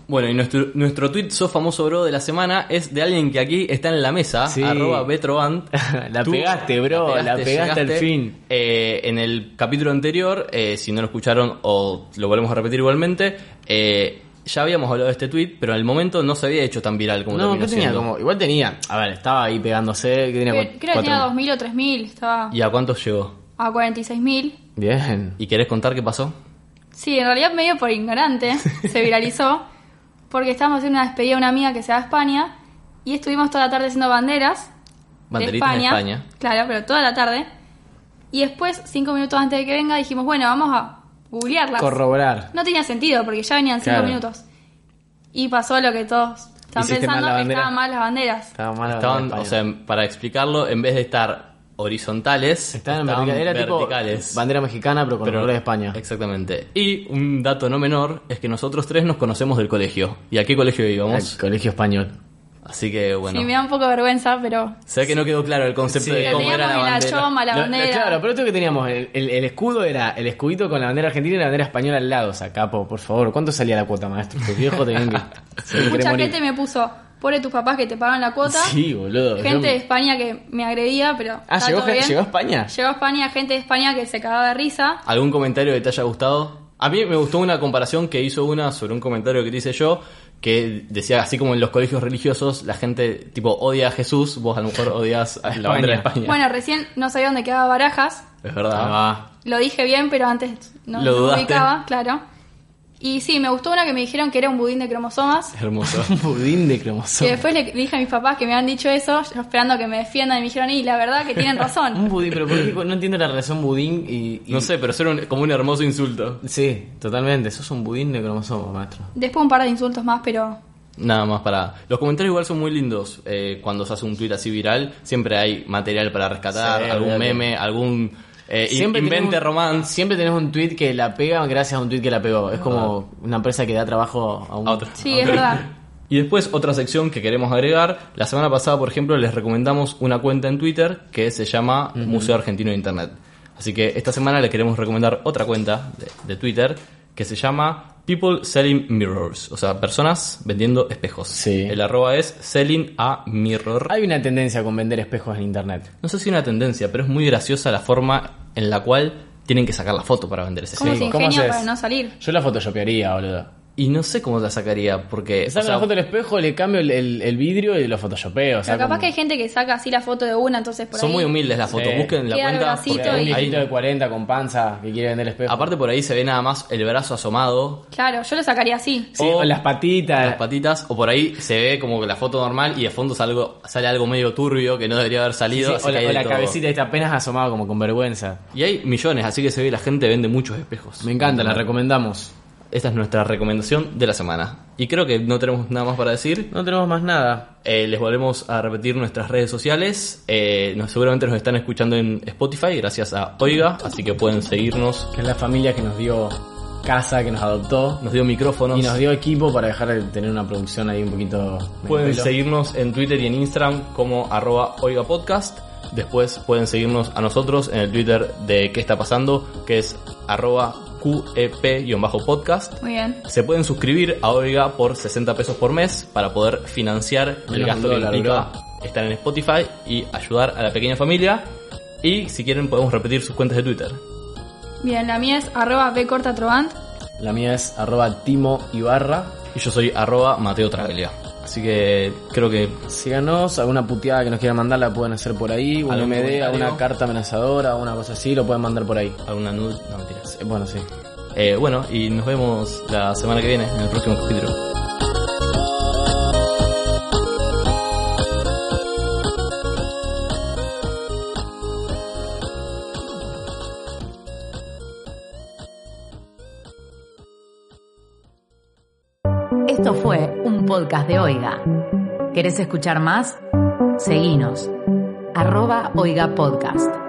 A: Bueno, y nuestro, nuestro tweet Sos famoso bro de la semana es de alguien que aquí está en la mesa,
B: Sí.
A: arroba Betroban.
B: (laughs) La
A: Tú
B: pegaste, bro, la pegaste al
A: llegaste.
B: fin.
A: Eh, en el capítulo anterior, eh, si no lo escucharon o lo volvemos a repetir igualmente, eh, ya habíamos hablado de este tweet, pero en el momento no se había hecho tan viral como
B: No,
A: terminó
B: ¿qué tenía?
A: siendo.
B: Como, igual tenía. A ver, estaba ahí pegándose. ¿Qué tenía?
C: Creo
B: Cu-
C: que tenía
B: cuatro-
C: 2.000 o 3.000, estaba
A: ¿Y a cuántos llegó?
C: a 46.000.
B: Bien.
A: ¿Y querés contar qué pasó?
C: Sí, en realidad medio
A: (laughs)
C: por ignorante se viralizó, porque estábamos haciendo una despedida a una amiga que se va a España y estuvimos toda la tarde haciendo banderas
A: Banderitas
C: de
A: de
C: España.
A: España.
C: Claro, pero toda la tarde. Y después, cinco minutos antes de que venga, dijimos, bueno, vamos a googlearlas.
B: Corroborar.
C: no tenía sentido, porque ya venían cinco
B: Claro.
C: minutos. Y pasó lo que todos están
B: Hiciste mal
C: pensando,
B: la
C: que
B: bandera.
C: estaban mal las banderas.
B: Estaba mal
A: Estaban, o sea, para explicarlo, en vez de estar horizontales,
B: Estaban verticales. Era tipo
A: verticales.
B: bandera mexicana, pero con
A: Pero-
B: el color de España.
A: Exactamente. Y un dato no menor es que nosotros tres nos conocemos del colegio. ¿Y a qué colegio íbamos?
B: El colegio español.
A: Así que bueno.
C: Sí, me da un poco de vergüenza, pero
A: Sé que no quedó claro el concepto
B: Sí.
A: de cómo era la
C: Teníamos la
A: bandera.
C: choma, la
B: Lo- lo-
C: bandera.
B: claro, pero esto que teníamos, el, el- el escudo era el escudito con la bandera argentina y la bandera española
C: (laughs)
B: al lado. O sea, capo, por favor, ¿cuánto salía la cuota, maestro? Tus viejos tenían que. se me quiere
C: Mucha
B: morir.
C: gente me puso, Pobre tus papás que te pagaron la cuota.
B: Sí, boludo. yo
C: Gente de
B: me-
C: España que me agredía, pero.
B: Ah,
C: está
B: llegó,
C: todo
B: gen-
C: bien.
B: llegó a España.
C: Llegó a España, gente de España que se cagaba de risa.
A: ¿Algún comentario que te haya gustado? A mí me gustó una comparación que hizo una sobre un comentario que te hice yo, que decía, así como en los colegios religiosos, la gente tipo odia a Jesús, vos a lo mejor odias a la bandera de España.
C: Bueno, recién no sabía dónde quedaba Barajas.
A: es verdad.
B: Ah,
C: Lo dije bien, pero antes no
A: Lo
C: no
A: dudaste.
C: ubicaba, claro. Y sí, me gustó una que me dijeron que era un budín de cromosomas.
A: Hermoso.
B: un budín de
C: Que
B: cromosomas.
C: después le dije a mis papás que me han dicho eso, yo esperando que me defiendan y me dijeron, y la verdad que tienen
B: Un
A: (laughs)
C: razón.
B: budín, pero ¿por qué? no entiendo la relación budín y... (laughs) y-
A: No sé, pero eso era un- como un hermoso insulto.
B: Sí, totalmente. Sos un budín de cromosomas, maestro.
C: Después un par de insultos más, pero
A: Nada más para... Los comentarios igual son muy lindos. eh, cuando se hace un tweet así viral, siempre hay material para rescatar,
B: Sí,
A: algún
B: olvídate.
A: meme, algún... eh, in-
B: tenés
A: invente
B: un-
A: romance.
B: Siempre tenés un tweet que la pega gracias a un tweet que la pegó. Es como una empresa que da trabajo Ah. a, un,
A: A otra.
C: sí, es verdad.
A: Y después otra sección que queremos agregar. La semana pasada, por ejemplo, les recomendamos una cuenta en Twitter que se llama Museo Argentino de Internet. Así que esta semana le queremos recomendar otra cuenta de, de Twitter que se llama People Selling Mirrors. O sea, personas vendiendo espejos.
B: Sí.
A: El arroba es Selling a Mirror.
B: Hay una tendencia con vender espejos en internet.
A: No sé si una tendencia, pero es muy graciosa la forma en la cual tienen que sacar la foto para vender ese
C: ¿Cómo
A: espejo.
C: se
B: ¿cómo
C: ingenia
B: haces?
C: para no salir?
B: Yo la photoshopearía, boludo.
A: Y no sé cómo la sacaría, porque...
B: Le
A: Eh, o
B: saco
A: sea,
B: la foto del espejo, le cambio el, el- el vidrio y lo photoshopeo. o sea,
C: Pero capaz
B: como-
C: que hay gente que saca así la foto de una, entonces por
A: son
C: ahí-
A: muy humildes las fotos.
B: Sí.
A: Busquen la
C: Queda el
A: cuenta.
C: bracito
A: porque
B: Porque hay un
C: y-
A: hay-
B: viejito de 40 con panza que quiere vender espejos.
A: Aparte por ahí se ve nada más el brazo asomado,
C: Claro, yo lo sacaría así.
B: Sí,
A: o-
B: o las patitas.
A: las patitas, o por ahí se ve como que la foto normal y de fondo sale algo, sale algo medio turbio que no debería haber
B: Sí,
A: salido.
B: sí,
A: así
B: o
A: que
B: la,
A: hay
B: o
A: de
B: la
A: todo.
B: cabecita está apenas asomada como con vergüenza.
A: Y hay millones, así que se ve la gente vende muchos espejos.
B: Me encanta, la recomendamos.
A: Esta es nuestra recomendación de la semana. Y creo que no tenemos nada más para decir.
B: No tenemos más nada.
A: Eh, les volvemos a repetir nuestras redes sociales. Eh, nos, seguramente nos están escuchando en Spotify gracias a Oiga, así que pueden seguirnos.
B: Que es la familia que nos dio casa, que nos adoptó.
A: Nos dio micrófonos.
B: Y nos dio equipo para dejar de tener una producción ahí un poquito... medio
A: Pueden
B: pelo.
A: seguirnos en Twitter y en Instagram como arroba oigapodcast. Después pueden seguirnos a nosotros en el Twitter de qué está pasando, que es arroba E QEP-podcast.
C: Muy bien.
A: Se pueden suscribir a Oiga por 60 pesos por mes para poder financiar el
B: Menos
A: gasto
B: un
A: que
B: dólar,
A: implica estar en Spotify y ayudar a la pequeña familia. Y si quieren podemos repetir sus cuentas de Twitter.
C: Bien, la mía es arroba bcortatrovant.
B: La mía es arroba Timo Ibarra.
A: Y yo soy arroba Mateo Traglia. Así que creo que
B: Síganos, alguna puteada que nos quieran mandar la pueden hacer por ahí. Un
A: ¿Algún
B: MD,
A: comentario?
B: alguna carta amenazadora, una cosa así, lo pueden mandar por ahí.
A: alguna nud... No, mentiras.
B: Eh, Bueno, sí.
A: Eh, bueno, y nos vemos la semana que viene en el próximo capítulo.
D: Esto fue un podcast de Oiga. ¿Querés escuchar más? Seguinos. Arroba Oiga Podcast.